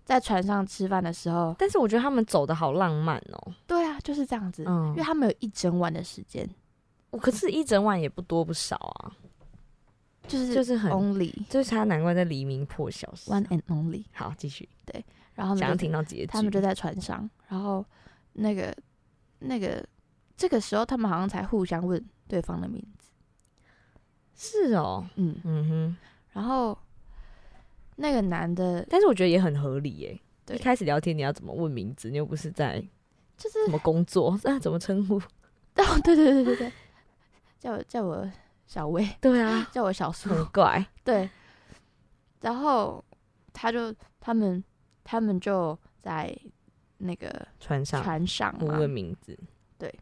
S2: 在船上吃饭的时候，
S3: 但是我觉得他们走的好浪漫哦。
S2: 对啊，就是这样子，
S3: 嗯
S2: 因为，他们有一整晚的时间，
S3: 我可是一整晚也不多不少啊，
S2: 就是
S3: 就是哦很，
S2: only
S3: 就是他难怪在黎明破晓时。
S2: one and only，
S3: 好，继续，
S2: 然后他们
S3: 想
S2: 就
S3: 要听到结局。
S2: 他们就在船上，然后那个那个这个时候，他们好像才互相问对方的名字，
S3: 是哦，
S2: 嗯，
S3: 嗯哼，
S2: 然后那个男的
S3: 但是我觉得也很合理耶。
S2: 对
S3: 一开始聊天你要怎么问名字？你又不是在
S2: 就是 <laughs>
S3: 什么工作， <laughs> 那怎么称呼？
S2: 哦，对对对对对，叫我叫我小薇，
S3: 对啊，嗯
S2: 叫我小苏，
S3: 很怪。
S2: 对，然后他就他们他们就在那个
S3: 穿上
S2: 船上
S3: 问
S2: 嘛
S3: 问，名字，
S2: 对，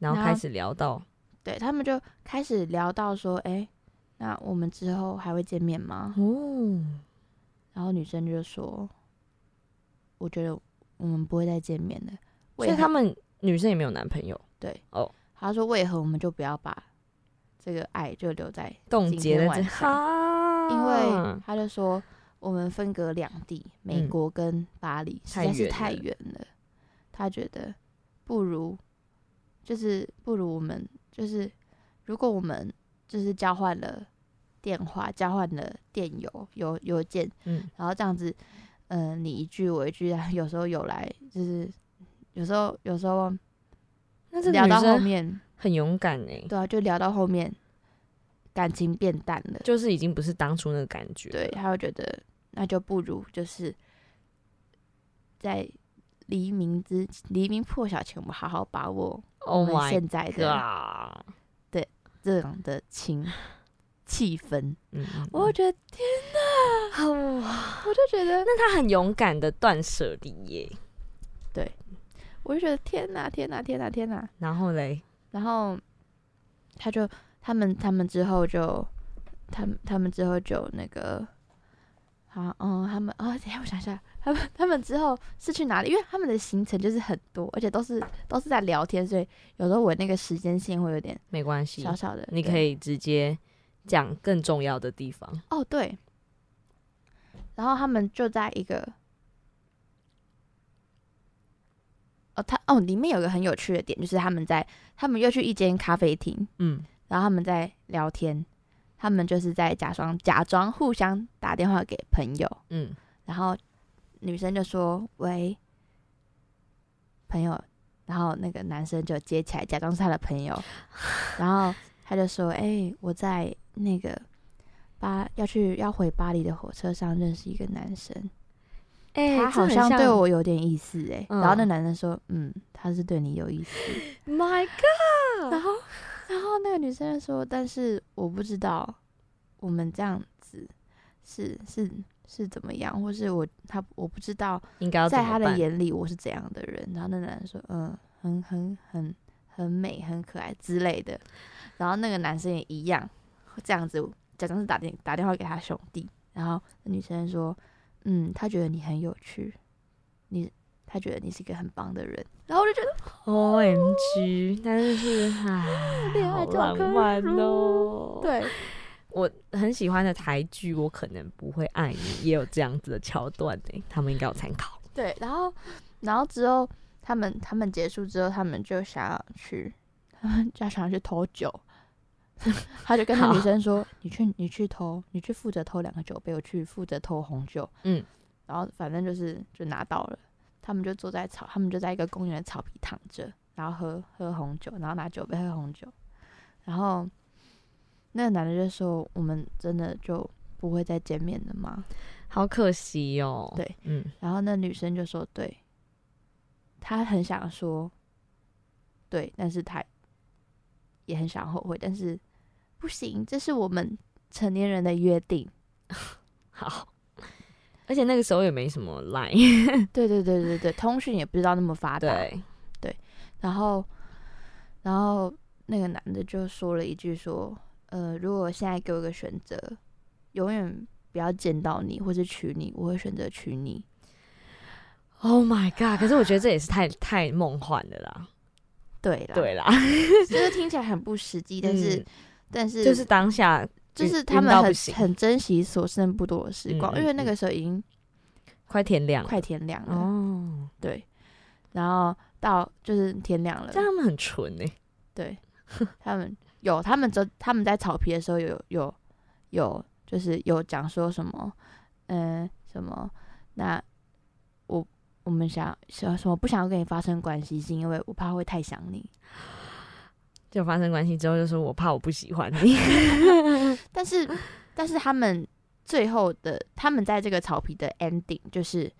S3: 然后
S2: 然
S3: 开
S2: 后
S3: 始聊到
S2: 对他们就开始聊到说，哎、那我们之后还会见面吗？
S3: 哦，
S2: 然后女生就说，我觉得我们不会再见面了。
S3: 所以他们女生也没有男朋友，哦
S2: 他说为何我们就不要把这个爱就留在
S3: 冻
S2: 今
S3: 结
S2: 天
S3: 在这啊
S2: 晚上？
S3: 哈
S2: 因为他就说我们分隔两地，美
S3: 嗯
S2: 国跟巴黎、实
S3: 太
S2: 在是
S3: 远
S2: 太
S3: 了
S2: 远了。他觉得不如，就是不如我们，就是如果我们就是交换了电话，交换了电邮、邮邮件，
S3: 嗯，
S2: 然后这样子，嗯、你一句我一句，啊 <laughs> 有时候有来，就是有时候有时候
S3: 那这个
S2: 聊
S3: 女
S2: 到后
S3: 生
S2: 面，
S3: 很勇敢哎、
S2: 对啊，就聊到后面，感情变淡了。
S3: 就是已经不是当初那个感觉，
S2: 对，，他会觉得那就不如就是在黎明之黎明破晓前，我们好好把握
S3: Oh
S2: 我们
S3: my
S2: 现在的
S3: 啊，
S2: 这样的情气氛。
S3: 嗯，嗯
S2: 我觉得天哪，
S3: 好哇，
S2: 我就觉得，
S3: 那他很勇敢的断舍离耶，
S2: 我就觉得天哪，天哪，天哪，天哪。
S3: 然后嘞，
S2: 然后他就他们他们之后就他们他们之后就那个，好，嗯，他们哦，等一下我想一下，他们他们之后是去哪里？因为他们的行程就是很多，而且都是都是在聊天，所以有时候我那个时间线会有点
S3: 没关系
S2: 小，小的。
S3: 你
S2: 对
S3: 可以直接讲更重要的地方，
S2: 哦，对。然后他们就在一个，哦，他哦，里面有个很有趣的点，就是他们在他们又去一间咖啡厅，
S3: 嗯，
S2: 然后他们在聊天，他们就是在假装假装互相打电话给朋友，
S3: 嗯，
S2: 然后女生就说喂，朋友，然后那个男生就接起来，假装是他的朋
S3: <laughs>
S2: 友，然后他就说哎、我在那个巴要去要回巴黎的火车上认识一个男生，
S3: 哎
S2: 他好像对我有点意思哎、
S3: 嗯
S2: 然后那男生说嗯，他是对你有意思。
S3: ，My God，
S2: 然后， <laughs> 然后那个女生就说：“但是我不知道我们这样子是是是怎么样，或是我他我不知道
S3: 应该要
S2: 在
S3: 怎么
S2: 他的
S3: 办
S2: 眼里我是怎样的人。”然后那男人说：“嗯，很很很很美，很可爱之类的。”然后那个男生也一样这样子，假装是打电打电话给他兄弟。然后那女生说：“嗯，他觉得你很有趣，你他觉得你是一个很棒的人。”然后我就觉得。
S3: O M G，但是唉，
S2: <laughs> 恋爱
S3: 哎好
S2: 教
S3: 浪
S2: 科
S3: 漫
S2: 书
S3: 哦。，
S2: 对，
S3: 我很喜欢的台剧，我可能不会爱你，也有这样子的桥段呢、他们应该有参考。
S2: 对，然后然后之后他们他们结束之后，他们就想要去，他们就想要去偷酒。 <laughs> 他就跟那女
S3: 好
S2: 生说：“你去，你去偷，你去负责偷两个酒杯，我去负责偷红酒。”
S3: 嗯，
S2: 然后反正就是就拿到了，他们就坐在草，他们就在一个公园的草皮躺着，然后喝喝红酒，然后拿酒杯喝红酒。然后那个男的就说：“我们真的就不会再见面了吗？”
S3: 好可惜哦。
S2: 对，
S3: 嗯，
S2: 然后那女生就说：“对，她很想说，对，但是她也很想后悔，但是不行，这是我们成年人的约定。 <laughs>
S3: 好。而且那个时候也没什么 line，
S2: 对对对对对，通讯也不知道那么发达。
S3: 对，
S2: 然后，然后那个男的就说了一句说：‘呃，如果现在给我一个选择，永远不要见到你，或是娶你，我会选择娶你。’”
S3: Oh my god！可是我觉得这也是太太梦幻了啦，
S2: 对啦，
S3: 对啦，
S2: 就是听起来很不实际，但嗯是、
S3: 嗯
S2: 但是
S3: 就是当下
S2: 就
S3: 晕
S2: 是
S3: 晕
S2: 他们
S3: 到不
S2: 很
S3: 行
S2: 很珍惜所剩不多的时光，
S3: 嗯嗯
S2: 因为那
S3: 嗯
S2: 个时候已经
S3: 快天亮了
S2: 快天亮了，
S3: 哦，
S2: 对，然后到就是天亮了
S3: 这，样他们很纯哎、 <laughs>
S2: 对，他们有他们这他们在草皮的时候有有有就是有讲说什么，嗯、什么那我我们想什什么不想要跟你发生关系，是因为我怕会太想你，
S3: 就发生关系之后，就说我怕我不喜欢 <laughs> 你，
S2: 但是但是他们最后的他们在这个草皮的 ending 就是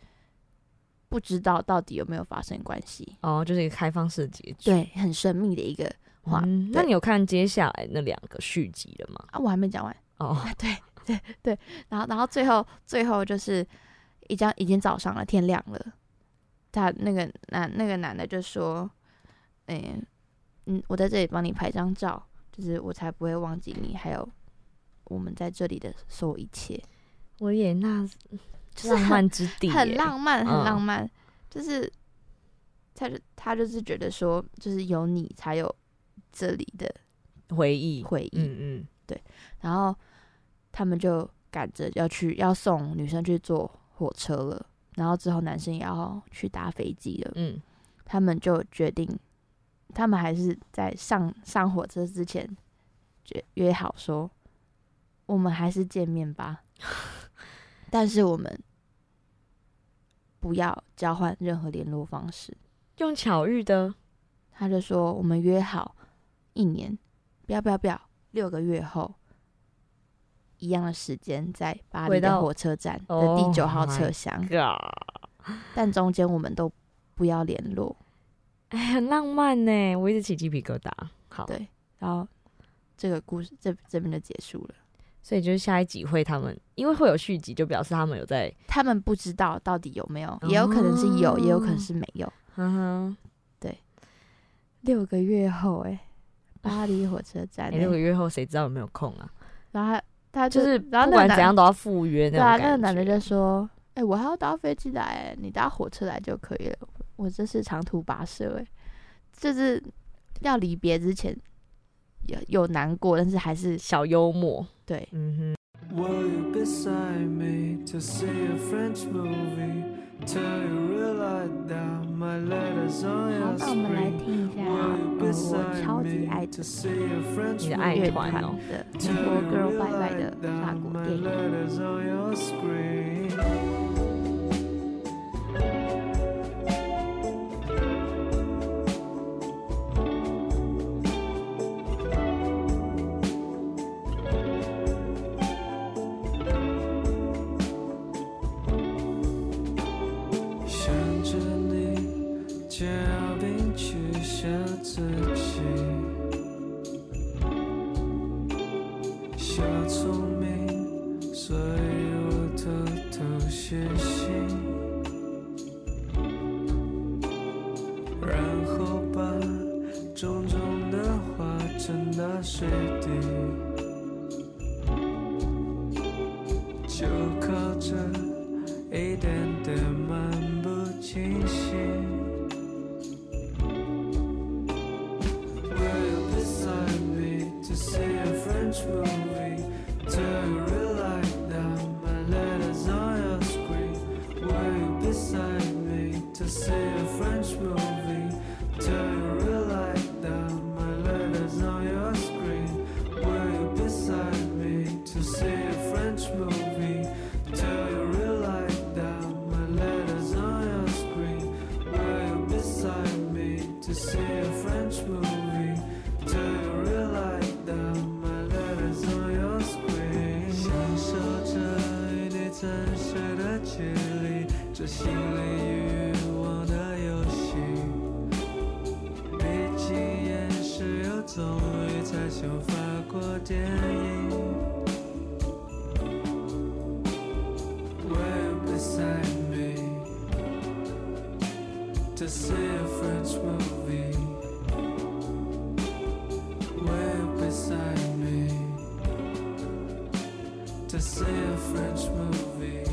S2: 不知道到底有没有发生关系，
S3: 哦，就是一个开放式的结局。
S2: 对，很神秘的一个话、
S3: 嗯，那
S2: 对
S3: 你有看接下来那两个续集了吗？
S2: 啊，我还没讲完， <laughs>
S3: 哦，
S2: 对，然后然后最后最后就是已经已经早上了，天亮了，他那个男那个男的就说，嗯、嗯，我在这里帮你拍张照，就是我才不会忘记你，还有我们在这里的所有一切，
S3: 维也纳
S2: 就是
S3: 浪
S2: 很
S3: 漫之地，
S2: 很，浪漫，很
S3: 嗯
S2: 浪漫，就是他就他就是觉得说，就是有你才有这里的
S3: 回忆，
S2: 回忆，
S3: 嗯嗯，
S2: 然后他们就赶着要去要送女生去坐火车了，然后之后男生也要去搭飞机了，
S3: 嗯，
S2: 他们就决定，他们还是在上上火车之前决约好说，我们还是见面
S3: <laughs>
S2: 吧，但是我们不要交换任何联络方式。
S3: 用巧遇的，
S2: 他就说我们约好一年，不要不要不要，六个月后一样的时间在巴黎
S3: 回
S2: 的
S3: 到
S2: 火车站的
S3: 哦
S2: 第九号
S3: my
S2: 车厢，
S3: 嘎，
S2: 但中间我们都不要联络。
S3: 哎，很浪漫呢，我一直起鸡皮疙瘩。好，
S2: 对，然后这个故事这这边就结束了。
S3: 所以就是下一集会他们，因为会有续集，就表示他们有在，
S2: 他们不知道到底有没有，也有可能是有，也有可能
S3: 哦
S2: 是没有。
S3: 嗯哼，
S2: 六个月后、哎，巴黎火车站、
S3: 哎
S2: 哎
S3: 六个月后谁知道有没有空啊？
S2: 然后他他
S3: 就是
S2: 然后那
S3: 不
S2: 个
S3: 管
S2: 男
S3: 怎样都要赴约那
S2: 对
S3: 种
S2: 啊，
S3: 感觉。
S2: 那个男的就说：“哎、我还要搭飞机来，欸你搭火车来就可以了。我这是长途跋涉，哎，就是要离别之前有有难过，但是还是
S3: 小幽默，
S2: 对
S3: 嗯哼。
S4: Were you beside me to see a French movie? Till you realized that my letters on
S2: 好
S4: your
S2: 那我们来
S4: screen.
S2: 听一下，
S4: Were
S2: 呃，
S4: you
S2: 我
S4: beside
S2: 超级
S4: me
S2: 爱
S4: to
S2: 的
S4: see a French
S3: 你的
S2: 乐
S3: 爱
S4: movie?
S2: 团
S3: 团
S2: 的
S3: 哦
S2: 《美国 Girl 拜拜》的法国电影。
S4: letters on your screen. 想着你，煎熬并取笑自己，小聪明，所以我偷偷学习，然后把种种的话沉到水底，就靠着。一点点漫不经心。Were you beside me to see a French movie? Do you realize that my letters on your screen? Were you beside me to see a French movie? Do you realize that my letters on your screen? Were you beside me to see a French movie? Do you realize that my letters on your screen? Were you beside me to see a French movie? Do you realize that my letters on your screen? 享受着与你真实的距离，这心灵与欲望的游戏。毕竟也是要终于才想法国电影。were beside me to see a French movie. Were beside me to see a French movie.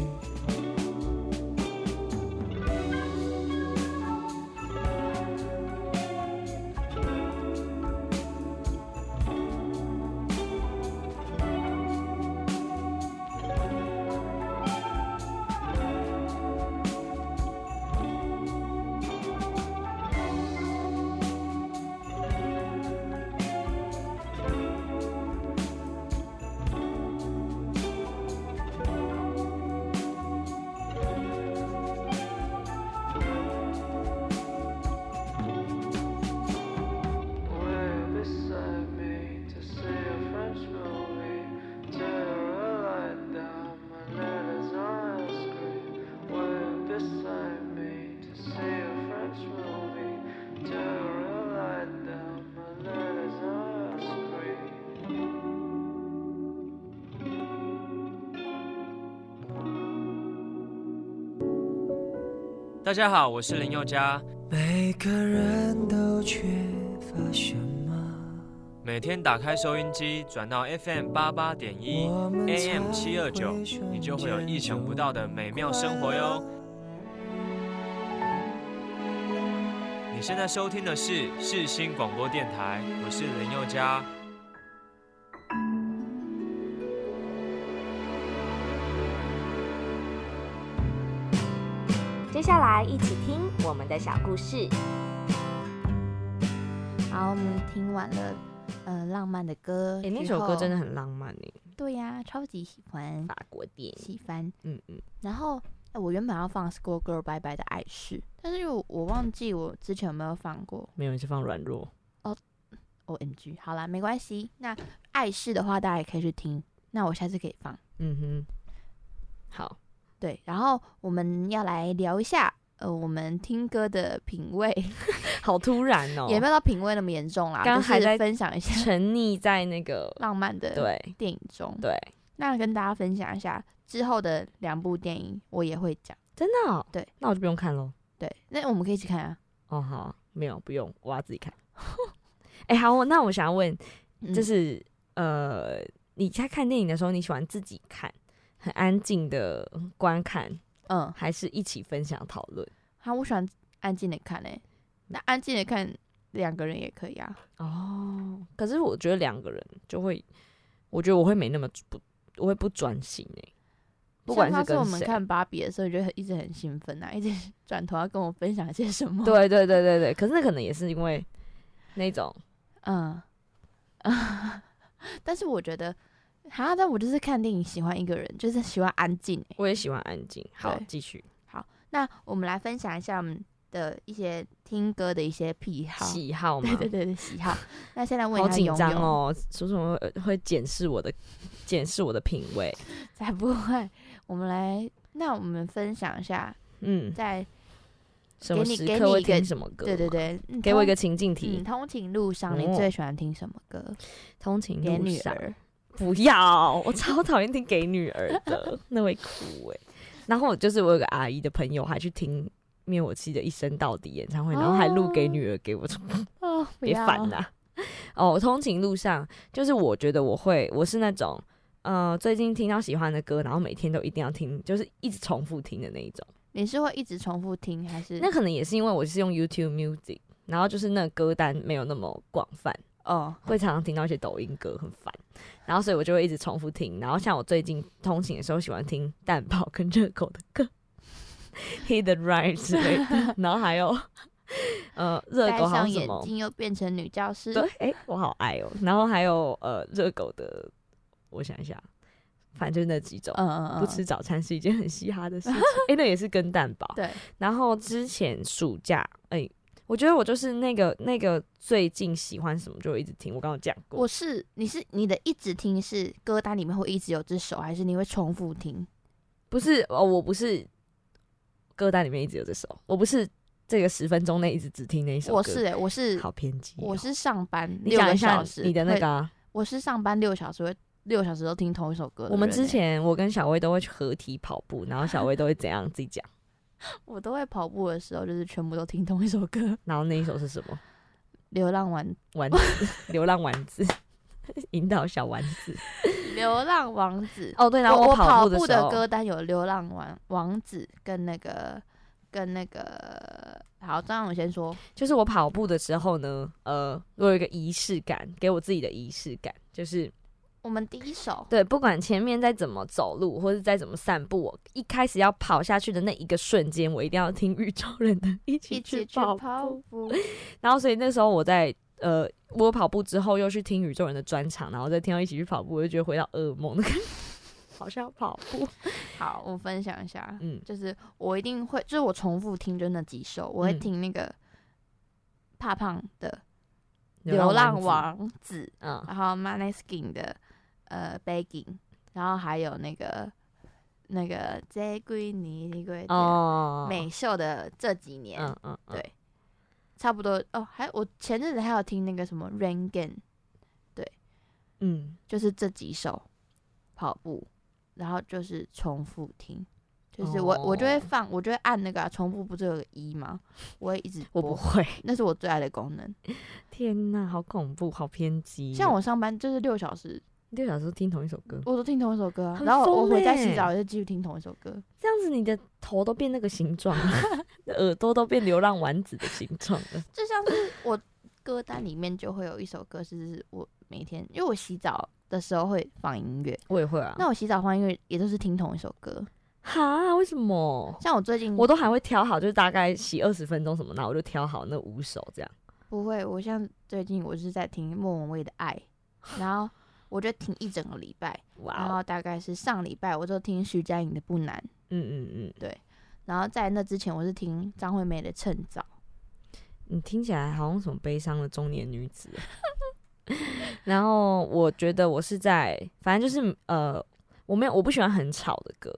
S5: 大家好，我是林宥嘉，
S6: 每个人都缺乏什么？
S5: 每天打开收音机，转到 FM 八八点一
S6: 我们
S5: ，AM
S6: 才
S5: 七二九
S6: 会，瞬
S5: 你就会有
S6: 间
S5: 意想不
S6: 有
S5: 到的美妙生活哟。你现在收听的是世新广播电台，我是林宥嘉。
S7: 接下来一起听我们的小故事。
S2: 然后我们听完了，呃，浪漫的歌之
S3: 哎、
S2: 后，
S3: 那首歌真的很浪漫诶、
S2: 对呀、超级喜欢，
S3: 法国电影，
S2: 喜欢。
S3: 嗯嗯，
S2: 然后哎我原本要放《School Girl Bye Bye》的爱事，但是因为我我忘记我之前有没有放过。
S3: 没有人是放软弱，
S2: O N G，好啦，没关系。那爱事的话，大家也可以去听。那我下次可以放。
S3: 嗯哼，好，
S2: 对，然后我们要来聊一下，呃，我们听歌的品味，
S3: 好突然 <laughs> 哦、
S2: 也没有到品味那么严重啦，
S3: 刚
S2: 就
S3: 还
S2: 是
S3: 在
S2: 分享一下
S3: 沉溺在那个，
S2: 浪漫的
S3: 对
S2: 电影中。
S3: 对，
S2: 那跟大家分享一下之后的两部电影，我也会讲。
S3: 真的、哦，
S2: 对，
S3: 那我就不用看喽。
S2: 对，那我们可以一起看啊。
S3: 哦，好，没有，不用，我要自
S2: <laughs>
S3: 己看。哎、好，我那我想要问，
S2: 嗯
S3: 就是、呃，你在看电影的时候，你喜欢自己看，很安静的观看，
S2: 嗯，
S3: 还是一起分享讨论？
S2: 好，我喜欢安静的看诶、那安静的看两个人也可以啊。
S3: 哦，可是我觉得两个人就会，我觉得我会没那么不，我会不专心哎、不管
S2: 像
S3: 是
S2: 上次我
S3: 跟
S2: 们
S3: 谁。
S2: 看芭比的时候，就很一直很兴奋啊，一 <laughs> 直转头要跟我分享些什
S3: <laughs>
S2: 么。，
S3: 对对对对对，可是那可能也是因为那种
S2: 嗯， <laughs> 但是我觉得，哈，但我就是看电影喜欢一个人，就是喜欢安静欸、
S3: 我也喜欢安静。好，
S2: 对
S3: 继续
S2: 那我们来分享一下我们的一些听歌的一些癖好。
S3: 喜好嘛
S2: 对，对对对，喜
S3: <laughs>
S2: 好。那现在问
S3: 好
S2: 一下
S3: 紧
S2: 勇
S3: 张
S2: 勇，
S3: 哦，说什么会会检视我的检视我的品味？
S2: 才不会。我们来，那我们分享一下，
S3: 嗯，
S2: 在
S3: 什么
S2: 给你
S3: 时
S2: 给
S3: 刻
S2: 你
S3: 会
S2: 一个
S3: 听什么歌？
S2: 对对，对，嗯
S3: 给我一
S2: 通
S3: 个情境题
S2: 嗯，，通勤路上你
S3: 哦
S2: 最喜欢听什么歌？
S3: 通勤
S2: 给
S3: 路
S2: 女
S3: 上
S2: 儿。
S3: 不要，我超讨厌听给女儿的， <laughs> 那会哭哎、然后就是我有个阿姨的朋友还去听灭火器的一生到底演唱会，然后还录给女儿给我， <laughs>
S2: 哦，不
S3: 别
S2: 要
S3: 烦啦、哦，通勤路上就是我觉得我会，我是那种。呃，最近听到喜欢的歌，然后每天都一定要听，就是一直重复听的那一种。
S2: 你是会一直重复听还是？
S3: 那可能也是因为我是用 YouTube Music，然后就是那个歌单没有那么广泛，
S2: 哦，
S3: 会常常听到一些抖音歌，很烦。然后所以我就会一直重复听。然后像我最近通勤的时候，喜欢听蛋堡跟热狗的歌 <laughs> ，Hit the Right 之类
S2: <laughs>
S3: 的。然后还有呃热
S2: 戴
S3: 狗好像
S2: 上
S3: 什
S2: 眼
S3: 么
S2: 镜又变成女教师
S3: 对，，哎、我好爱哦。然后还有呃热狗的，我想一下，反正就那几种。
S2: 嗯嗯嗯，
S3: 不吃早餐是一件很嘻哈的事情，哎、那也是跟蛋堡。
S2: 对，
S3: 然后之前暑假，哎、我觉得我就是那个那个最近喜欢什么就一直听，我刚刚有讲过，
S2: 我是你是你的一直听是歌单里面会一直有这首，还是你会重复听？
S3: 不是哦，我不是歌单里面一直有这首，我不是这个十分钟内一直只听那一首歌。
S2: 我是哎，我是
S3: 好偏激哦、
S2: 我是上班
S3: 你
S2: 六
S3: 讲
S2: 个
S3: 一下
S2: 小时，
S3: 你的那个、
S2: 会，
S3: 啊，
S2: 我是上班六小时会六小时都听同一首歌的人欸。
S3: 我们之前我跟小薇都会去合体跑步，然后小薇都会怎样自己讲，
S2: 我都会跑步的时候，就是全部都听同一首歌，《
S3: 然后那一首是什么？
S2: 流浪丸
S3: 丸子， <laughs> 流浪丸子，引导小丸子。
S2: <laughs> 流浪王子》
S3: 哦，对，然后
S2: 我
S3: 跑
S2: 跑
S3: 步的
S2: 步
S3: 时候，
S2: 歌单有《流浪王王子》跟那个跟那个，好，张勇先说，
S3: 就是我跑步的时候呢，呃，我有一个仪式感，给我自己的仪式感，就是
S2: 我们第一首，
S3: 对，不管前面再怎么走路，或者再怎么散步，我一开始要跑下去的那一个瞬间，我一定要听宇宙人的一起
S2: 一起
S3: 去
S2: 去
S3: 跑
S2: 跑 <laughs>
S3: 步。
S2: 步，
S3: 然后，所以那时候我在呃，我跑步之后又去听宇宙人的专场，然后再听到一起去跑步，我就觉得回到噩梦 <laughs> 的感觉，好像跑步。
S2: 好，我分享一下，
S3: 嗯，
S2: 就是我一定会，就是我重复听就那几首，我会
S3: 嗯
S2: 听那个怕胖的《
S3: 流
S2: 流
S3: 浪
S2: 浪
S3: 王
S2: 王子》，
S3: 嗯，
S2: 然后 Maneskin 的呃 Begging，然后还有那个那个 J 归你你归
S3: 哦，
S2: 美秀的这几年，
S3: 嗯，嗯嗯，
S2: 对，差不多哦。还我前阵子还有听那个什么 Rangan，
S3: 嗯，
S2: 就是这几首跑步，然后就是重复听。就是我、我就会
S3: 哦
S2: 放，我就会按那个、啊、重复，不是有个一吗？我会一直
S3: 我不
S2: 播，
S3: 会。
S2: 那是我最爱的功能。
S3: <laughs> 天呐，好恐怖，好偏激。
S2: 像我上班就是六小时，
S3: 六小时听同一首歌，
S2: 我都听同一首歌啊，
S3: 很
S2: 然后我
S3: 疯
S2: 回家
S3: 欸
S2: 洗澡也是继续听同一首歌。
S3: 这样子你的头都变那个形状了， <laughs> 耳朵都变流浪丸子的形状了。
S2: 就像是我歌单里面就会有一首歌，是我每天因为我洗澡的时候会放音乐，
S3: 我也会啊。
S2: 那我洗澡放音乐也都是听同一首歌。
S3: 哈？为什么？
S2: 像我最近
S3: 我都还会挑好，就是大概洗二十分钟什么，那我就挑好那五首这样。
S2: 不会，我像最近我是在听莫文蔚的《爱》，
S3: <laughs>
S2: 然后我就听一整个礼拜，然
S3: 哇、
S2: 后
S3: 哦，
S2: 大概是上礼拜我就听徐佳莹的《不难》，
S3: 嗯嗯嗯，
S2: 然后在那之前我是听张惠妹的《趁早》。
S3: 你听起来好像什么悲伤的中年女子。哦 <laughs> 然后我觉得我是在，反正就是呃，我没有，我不喜欢很吵的歌，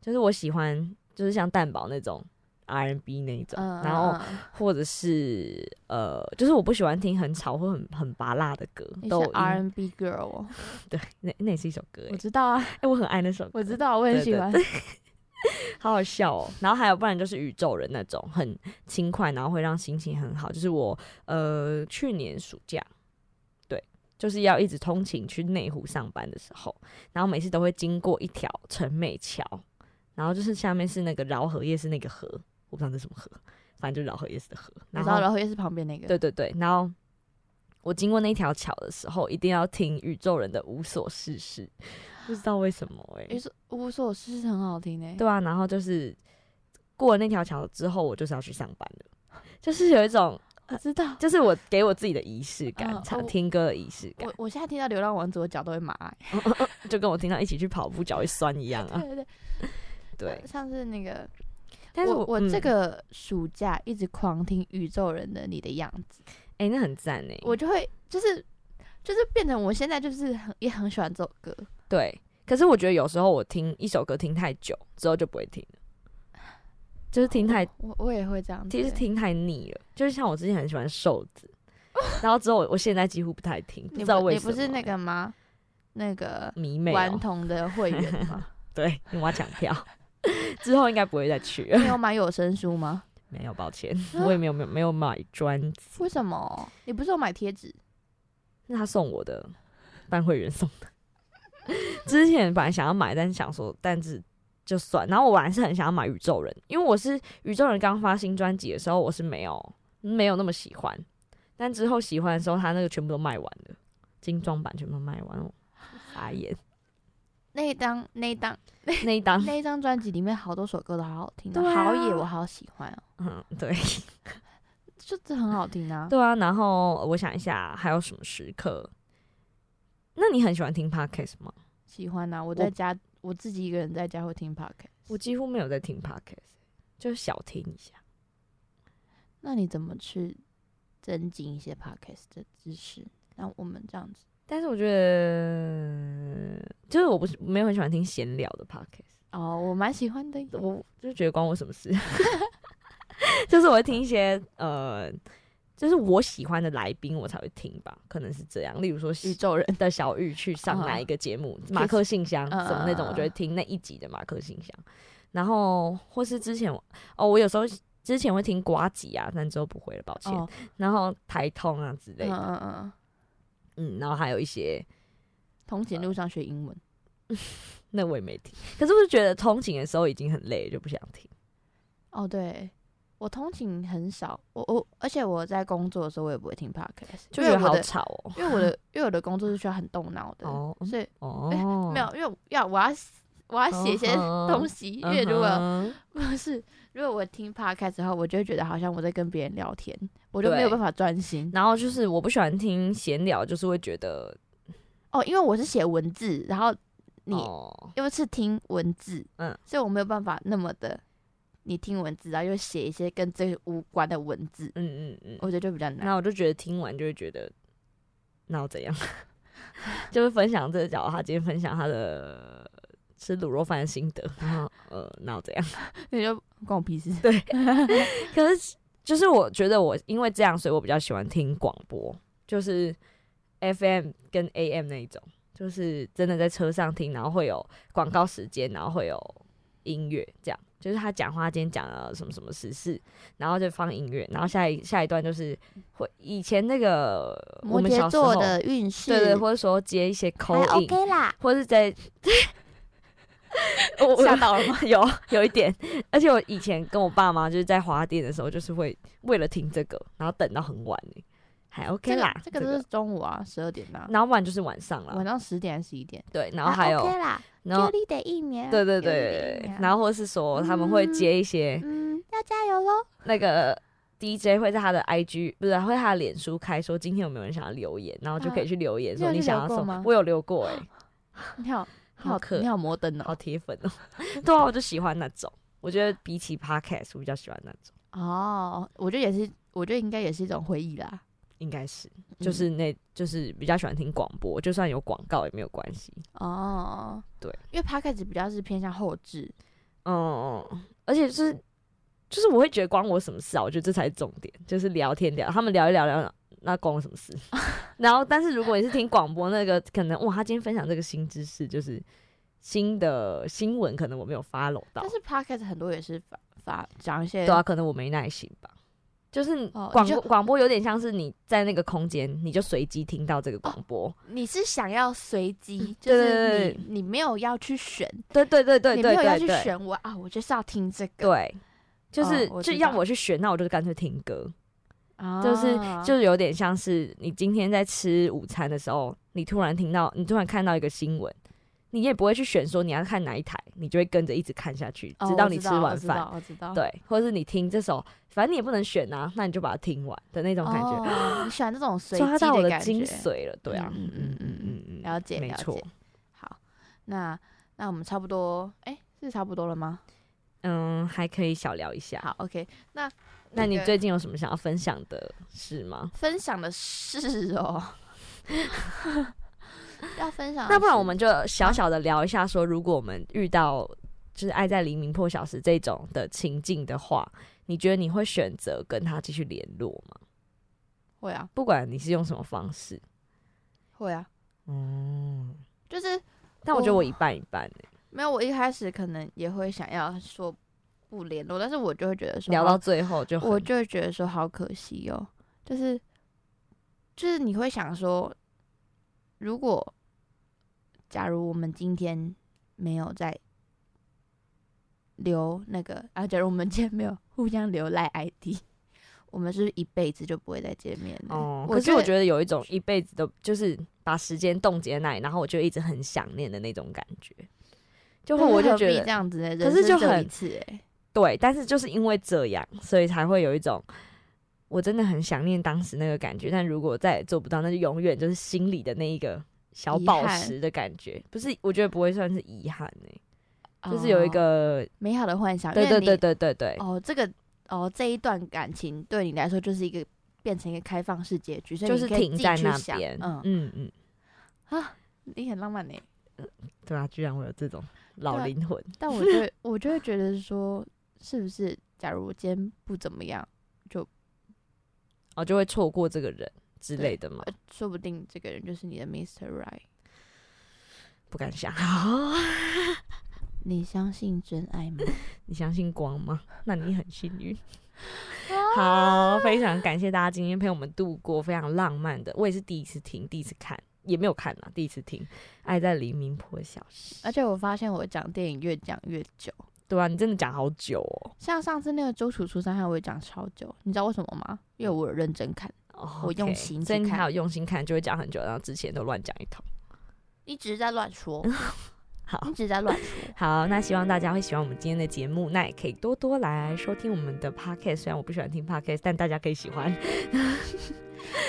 S3: 就是我喜欢就是像蛋堡那种 R&B 那一种，
S2: 嗯，
S3: 然后
S2: 嗯嗯
S3: 或者是呃，就是我不喜欢听很吵或很很拔辣的歌，
S2: 你
S3: 抖
S2: 是
S3: 音
S2: R&B girl，哦
S3: 对，那那也是一首歌、
S2: 我
S3: 欸，
S2: 知道啊，
S3: 哎、我很爱那首歌，
S2: 我知道，我很
S3: 对
S2: 喜
S3: 对 <laughs>
S2: 欢。
S3: 好好笑哦。然后还有不然就是宇宙人那种很轻快，然后会让心情很好。就是我呃去年暑假，对，就是要一直通勤去内湖上班的时候，然后每次都会经过一条陈美桥，然后就是下面是那个饶河夜市那个河，我不知道那是什么河，反正就是饶河夜市的河。
S2: 我
S3: 然
S2: 知
S3: 后
S2: 道，然后也是旁边那个。
S3: 对对对，然后我经过那条桥的时候，一定要听宇宙人的《无所事事》， <laughs> 不知道为什么哎、
S2: 诶，说无所事事很好听欸诶、
S3: 对啊，然后就是过了那条桥之后，我就是要去上班了， <laughs> 就是有一种，
S2: 我知道。
S3: 就是我给我自己的仪式感，
S2: 嗯
S3: 常、
S2: 哦
S3: 听歌的仪式感
S2: 我，我现在听到《流浪王子》，我脚都会麻、
S3: <laughs>
S2: 欸。
S3: 就跟我听到一起去跑步脚会酸一样啊。
S2: 对对对，
S3: 对，
S2: 上次那个，
S3: 但是
S2: 我
S3: 我
S2: 我这，
S3: 哎、
S2: 个暑假一直狂听宇宙人的《你的样子》，
S3: 诶那很赞哎、
S2: 我就会就是就是变成我现在就是很也很喜欢这首歌。
S3: 对，可是我觉得有时候我听一首歌听太久之后就不会听了，就是听太
S2: 我我也会这样子欸、
S3: 其实听太腻了，就是像我之前很喜欢瘦子，然后之后我我现在几乎不太听，不
S2: 哦你
S3: 知道
S2: 不
S3: 为
S2: 你
S3: 什么、
S2: 不是那个吗？那
S3: <laughs>
S2: 个
S3: 迷妹、
S2: 顽
S3: 哦，
S2: 童的会
S3: <laughs>
S2: 员吗？
S3: 对，因为我要抢票， <laughs> 之后应该不会再去了。 <laughs>
S2: 你有买有声书吗？
S3: 没有，抱歉， <laughs> 我也没有没有没有买专辑，
S2: 为什么？你不是有买贴纸？
S3: 那他送我的办会员送的。 <laughs> 之前本来想要买，但是想说，但是就算。然后我本来是很想要买宇宙人，因为我是宇宙人刚发新专辑的时候，我是没有没有那么喜欢，但之后喜欢的时候，他那个全部都卖完了，精装版全部都卖完了，傻眼。
S2: 那一张那一张
S3: <laughs> 那一档，
S2: 那一张专辑里面好多首歌都好好听、哦，
S3: 对啊
S2: 好野我好喜欢哦，
S3: 嗯，对 <laughs>
S2: 就这很好听啊。
S3: 对啊。然后我想一下，还有什么时刻？那你很喜欢听 podcast 吗？
S2: 喜欢啊！我在家我自己一个人在家会听 podcast。
S3: 我几乎没有在听 podcast，就是小听一下。
S2: 那你怎么去增进一些 podcast 的知识？那我们这样子
S3: 但是我觉得，就是我不是没有很喜欢听闲聊的 podcast，
S2: 哦，我蛮喜欢的耶。
S3: 我就觉得关我什么事。 <laughs> 就是我会听一些呃，就是我喜欢的来宾，我才会听吧，可能是这样。例如说
S2: 宇宙人
S3: 的小玉去上哪一个节目，马克信箱
S2: 嗯
S3: 什么那
S2: 嗯
S3: 种，
S2: 嗯
S3: 我就会听那一集的马克信箱。然后或是之前我哦，我有时候之前会听瓜吉啊，但之后不会了，抱歉。
S2: 哦，
S3: 然后台通啊之类
S2: 嗯
S3: 的，
S2: 嗯嗯，
S3: 嗯，然后还有一些
S2: 通勤路上学英文，
S3: 那我也没听，可是我就觉得通勤的时候已经很累，就不想听。
S2: 哦对。我通勤很少，我我而且我在工作的时候我也不会听 podcast，
S3: 就
S2: 因为
S3: 觉得
S2: 我
S3: 好
S2: 的
S3: 吵哦。
S2: 因为我的因为我的工作是需要很动脑的，
S3: 哦
S2: 所以
S3: 哦，
S2: 哎没有，因为我要我要我要写一些
S3: 嗯哼
S2: 东西，因为如果
S3: 嗯哼
S2: 不是如果我听 podcast 的话，我就会觉得好像我在跟别人聊天，我就没有
S3: 对
S2: 办法专心。
S3: 然后就是我不喜欢听闲聊，就是会觉得
S2: 哦，因为我是写文字，然后你、
S3: 哦
S2: 因为是听文字，嗯
S3: 嗯，
S2: 所以我没有办法那么的你听文字，然后又写一些跟这个无关的文字，
S3: 嗯嗯嗯，
S2: 我觉得就比较难。
S3: 那我就觉得听完就会觉得，那我怎样？ <laughs> 就是分享这个角，他今天分享他的吃卤肉饭的心得，然后呃，那我怎样？
S2: 那就关我屁事。
S3: 可是就是我觉得我因为这样，所以我比较喜欢听广播，就是 FM 跟 AM 那一种，就是真的在车上听，然后会有广告时间，然后会有音乐，这样就是他讲话今天讲了什么什么时事，然后就放音乐，然后下一下一段就是会以前那个 <laughs> 我
S2: 摩
S3: 们小
S2: 羯
S3: 时候
S2: 座的运势，哎
S3: 对对，或者说接一些口
S7: 还
S3: 音，
S7: OK
S3: <laughs>
S7: 啦，
S3: 或是在我我
S7: 吓到了吗？
S3: <laughs> 有有一点，而且我以前跟我爸妈就是在花店的时候，就是会为了听这个，然后等到很晚欸还 OK
S2: <laughs> 这个
S3: 啦，
S2: 这个就是中午啊，十二点啊，
S3: 然后晚就是晚上啦
S2: 晚，啊上十点还是十一点，
S3: 对，然后还有，
S7: OK 啦，
S3: 然
S7: 就
S3: 后
S7: 力得一年，
S3: 对对
S2: 有一
S3: 对
S2: 点，
S3: 然后或是说
S2: 嗯
S3: 他们会接一些
S7: 嗯，要加油喽。
S3: 那个 DJ 会在他的 IG 不是啊会在他的脸书开说今天有没有人想要留言，然后就可以去留言
S2: 嗯你
S3: 说
S2: 有
S3: 你
S2: 去
S3: 想
S2: 留
S3: 要
S2: 过
S3: 什
S2: 吗
S3: 么，我有留
S2: <laughs>
S3: 过哎，
S2: 你好，你
S3: 好可
S2: 你好摩登哦，
S3: 好铁粉哦， <laughs> 对啊，我就喜欢那种，我觉得比起 Podcast 我比较喜欢那种，
S2: 哦，我觉得也是，我觉得应该也是一种回忆啦，
S3: 应该是。就是那，就是比较喜欢听广播，就算有广告也没有关系。
S2: 嗯哦，
S3: 对，
S2: 因为 podcast 比较是偏向后置，
S3: 嗯，而且就是就是我会觉得关我什么事啊？我觉得这才是重点，就是聊天聊，他们聊一聊聊，那关我什么事？ <laughs> 然后，但是如果你是听广播那个，可能哇，他今天分享这个新知识，就是新的新闻，可能我没有 follow 到
S2: 但，是 podcast 很多也是发发讲一些
S3: 对啊，可能我没耐心吧。就是
S2: 哦
S3: 广
S2: 你就
S3: 播广播有点像是你在那个空间，你就随机听到这
S2: 哦
S3: 个广播，
S2: 你是想要随机，就
S3: 嗯对
S2: 是
S3: 对
S2: 你你没有要去选，
S3: 对对对对
S2: 你
S3: 对
S2: 没有要
S3: 对
S2: 去
S3: 对，
S2: 选我啊，我就是要听这个，
S3: 对，就是、
S2: 哦我
S3: 就
S2: 知
S3: 要
S2: 道
S3: 我去选，那我就干脆听歌，
S2: 啊，
S3: 就是就是有点像是你今天在吃午餐的时候，你突然听到，你突然看到一个新闻，你也不会去选说你要看哪一台，你就会跟着一直看下去，
S2: 哦
S3: 直到你吃完，饭。
S2: 我知道我知道我知道，
S3: 对，或者是你听这首，反正你也不能选啊，那你就把它听完的那种感觉，
S2: 哦你喜欢这种随
S3: 抓
S2: 机
S3: 到我
S2: 感
S3: 精
S2: 觉。
S3: 髓了。对啊，
S2: 嗯
S3: 嗯
S2: 嗯
S3: 嗯
S2: 嗯
S3: 嗯
S2: 嗯
S3: 嗯嗯，
S2: 了解
S3: 没
S2: 了
S3: 错
S2: 解。好，那那我们差不多，哎、是差不多了吗？
S3: 嗯，还可以小聊一下。
S2: 好，OK，那
S3: 那你
S2: 个
S3: 最近有什么想要分享的事吗？
S2: 分享的事哦， <laughs> 要分享的事，啊
S3: 那不然我们就小小的聊一下，说如果我们遇到就是爱在黎明破晓时这种的情境的话，你觉得你会选择跟他继续联络吗？
S2: 会啊
S3: 不管你是用什么方式，
S2: 会啊，
S3: 嗯，
S2: 就是
S3: 但我觉得
S2: 我
S3: 我一半一半、欸，
S2: 没有我一开始可能也会想要说不联络，但是我就会觉得说哦
S3: 聊
S2: 好
S3: 到最后就很
S2: 我就会觉得说好可惜哦，就是就是你会想说，如果假如我们今天没有在留那个啊，假如我们今天没有互相留赖 ID，我 <laughs> 们是不是一辈子就不会再见面了？
S3: 哦，可是我觉
S2: 得
S3: 得有一种一辈子都就是把时间冻结在那里，然后我就一直很想念的那种感觉，就会
S2: 但是
S3: 我就
S2: 何
S3: 觉
S2: 必
S3: 得
S2: 这样子的，
S3: 可是就
S2: 很一
S3: 很
S2: 次哎、
S3: 对，但是就是因为这样，所以才会有一种我真的很想念当时那个感觉。但如果再也做不到，那就永远就是心里的那一个小
S2: 遗
S3: 宝
S2: 憾
S3: 石的感觉。不是，我觉得不会算是遗憾呢、就
S2: 哦
S3: 是有一个、
S2: 美好的幻想，
S3: 对
S2: 因为
S3: 对
S2: 你
S3: 对对对对，
S2: 哦，这个哦，这一段感情对你来说就是一个变成一个开放式结局，所以
S3: 就
S2: 你
S3: 是
S2: 可以
S3: 停
S2: 自己
S3: 在
S2: 去
S3: 那
S2: 想
S3: 边。嗯 <laughs>
S2: 嗯，啊
S3: 嗯嗯，
S2: 你很浪漫呢、
S3: 对啊，居然会有这种老
S2: 对啊
S3: 灵魂，
S2: 但我就会我就会觉得说，是不是假如我今天不怎么样，
S3: 哦，就会错过这个人之
S2: 对
S3: 类的嘛，
S2: 呃说不定这个人就是你的 Mr. Right。
S3: 不
S2: <laughs>
S3: 敢想。
S2: 你相信真爱吗？
S3: 你相信光吗？ <laughs> 那你很幸运。
S2: 啊
S3: 好，非常感谢大家今天陪我们度过非常浪漫的，我也是第一次听，第一次看，也没有看啊，第一次听《爱在黎明破晓时》。
S2: 而且我发现我讲电影越讲越久，
S3: 对啊，你真的讲好久哦。
S2: 像上次那个《周楚除三害》，我也讲超久，你知道为什么吗？因为我有认真看，
S3: 哦
S2: 我
S3: OK，
S2: 用心去
S3: 所以你
S2: 看
S3: 还有用心看，就会讲很久，然后之前都乱讲一通。
S2: 一直在乱说，
S3: 好
S2: <laughs> 一直在乱
S3: <laughs>
S2: 说。
S3: 好，那希望大家会喜欢我们今天的节目，那也可以多多来收听我们的 podcast。虽然我不喜欢听 podcast，但大家可以喜欢。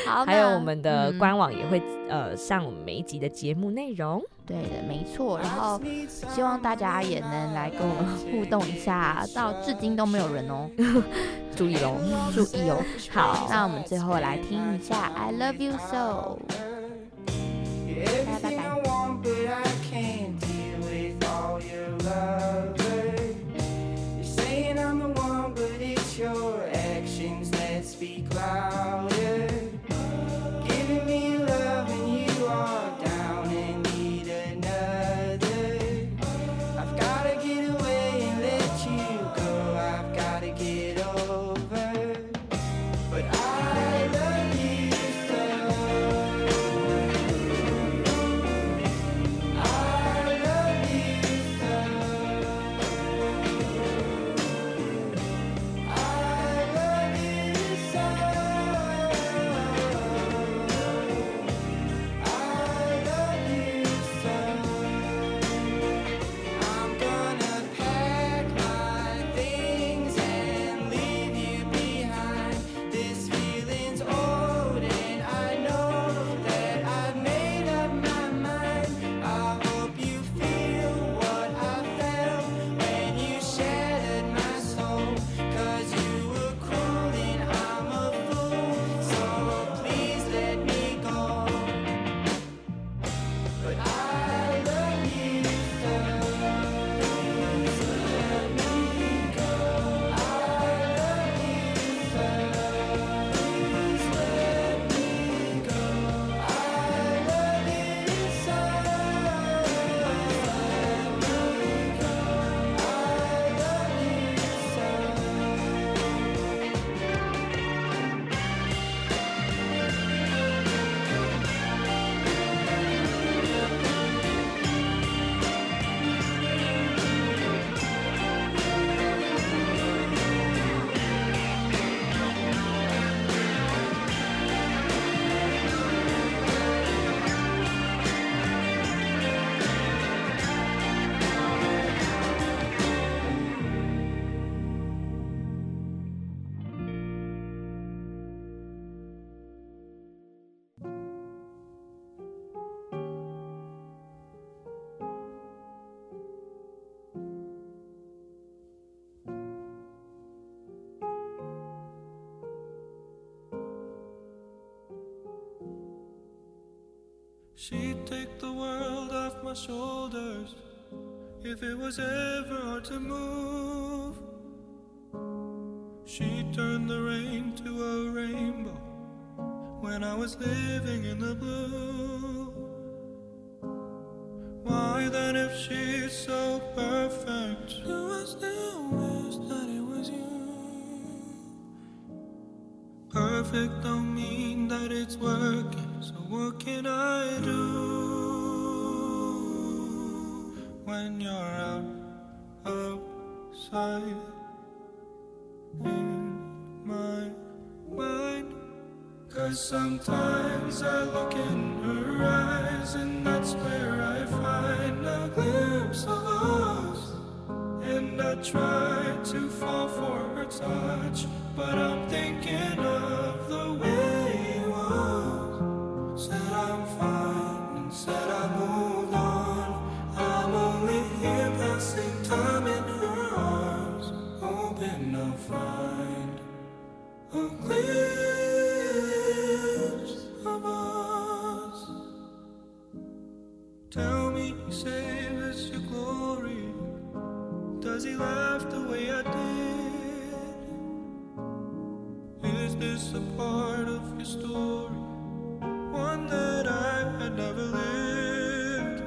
S2: 好，
S3: 还有
S2: 那
S3: 我们的
S2: 嗯
S3: 官网也会、呃上我们每一集的节目内容。
S2: 对的，没错。然后希望大家也能来跟我们互动一下，到至今都没有人哦，
S3: 注意喽，
S2: 注意哦。
S3: 好
S2: 那我们最后来听一下《I Love You So》。
S6: Everything I want, but I can't deal with all your love. You're saying I'm the one, but it's your actions that speak louder. Giving me love and you are down and need another. I've gotta get away and to get over. But I love you so. I love you so. I love you so. I love you so. I'm gonna pack my things and leave you behind. This feeling's old, and I know that I've made up my mind. I hope you feel what I felt when you shattered my soul. Cause you were cruel, and I'm a fool. So oh, please let me go. But I love you so. Please let me go. I love you so. Please let me go. I love you so. Please let me go. I love you so.
S4: She'd take the world off my shoulders if it was ever hard to move. She turned the rain to a rainbow when I was living in the blue. Why then, if she's so perfect, do I still wish that it was you? Perfect don't mean that it's working, so what can I do when you're out of sight? In my mind, cause sometimes I look in her eyes, and that's where I find a glimpse of us. And I try to fall for her touch, but I'm thinking of the way it was. Said I'm fine and said I moved on. I'm only here passing time in her arms, hoping I'll find a glimpse of us. Tell me, say this your glory. Does he laugh the way I did? Is this a part of your story? One that I had never lived.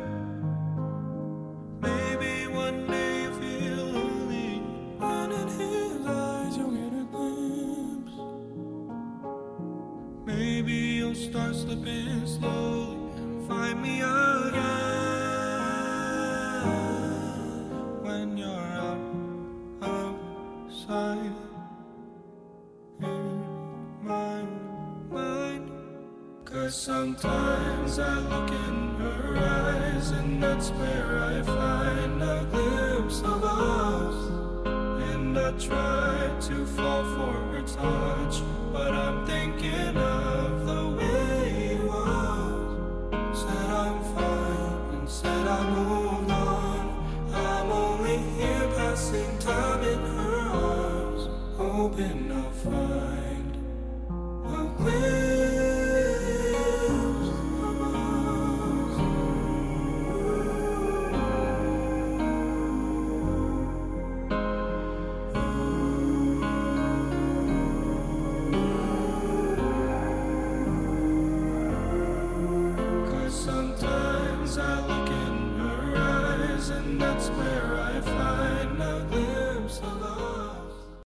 S4: Maybe one day you feel lonely, and in his eyes you'll get a glimpse. Maybe you'll start slipping slowly and find me again when you're out of sight. In my mind, cause sometimes I look in her eyes, and that's where I find a glimpse of us. And I try to fall for her touch, but I'm thinking of the way it was. Said I'm fine and said I moved on. I'm only here passing time in her arms, hoping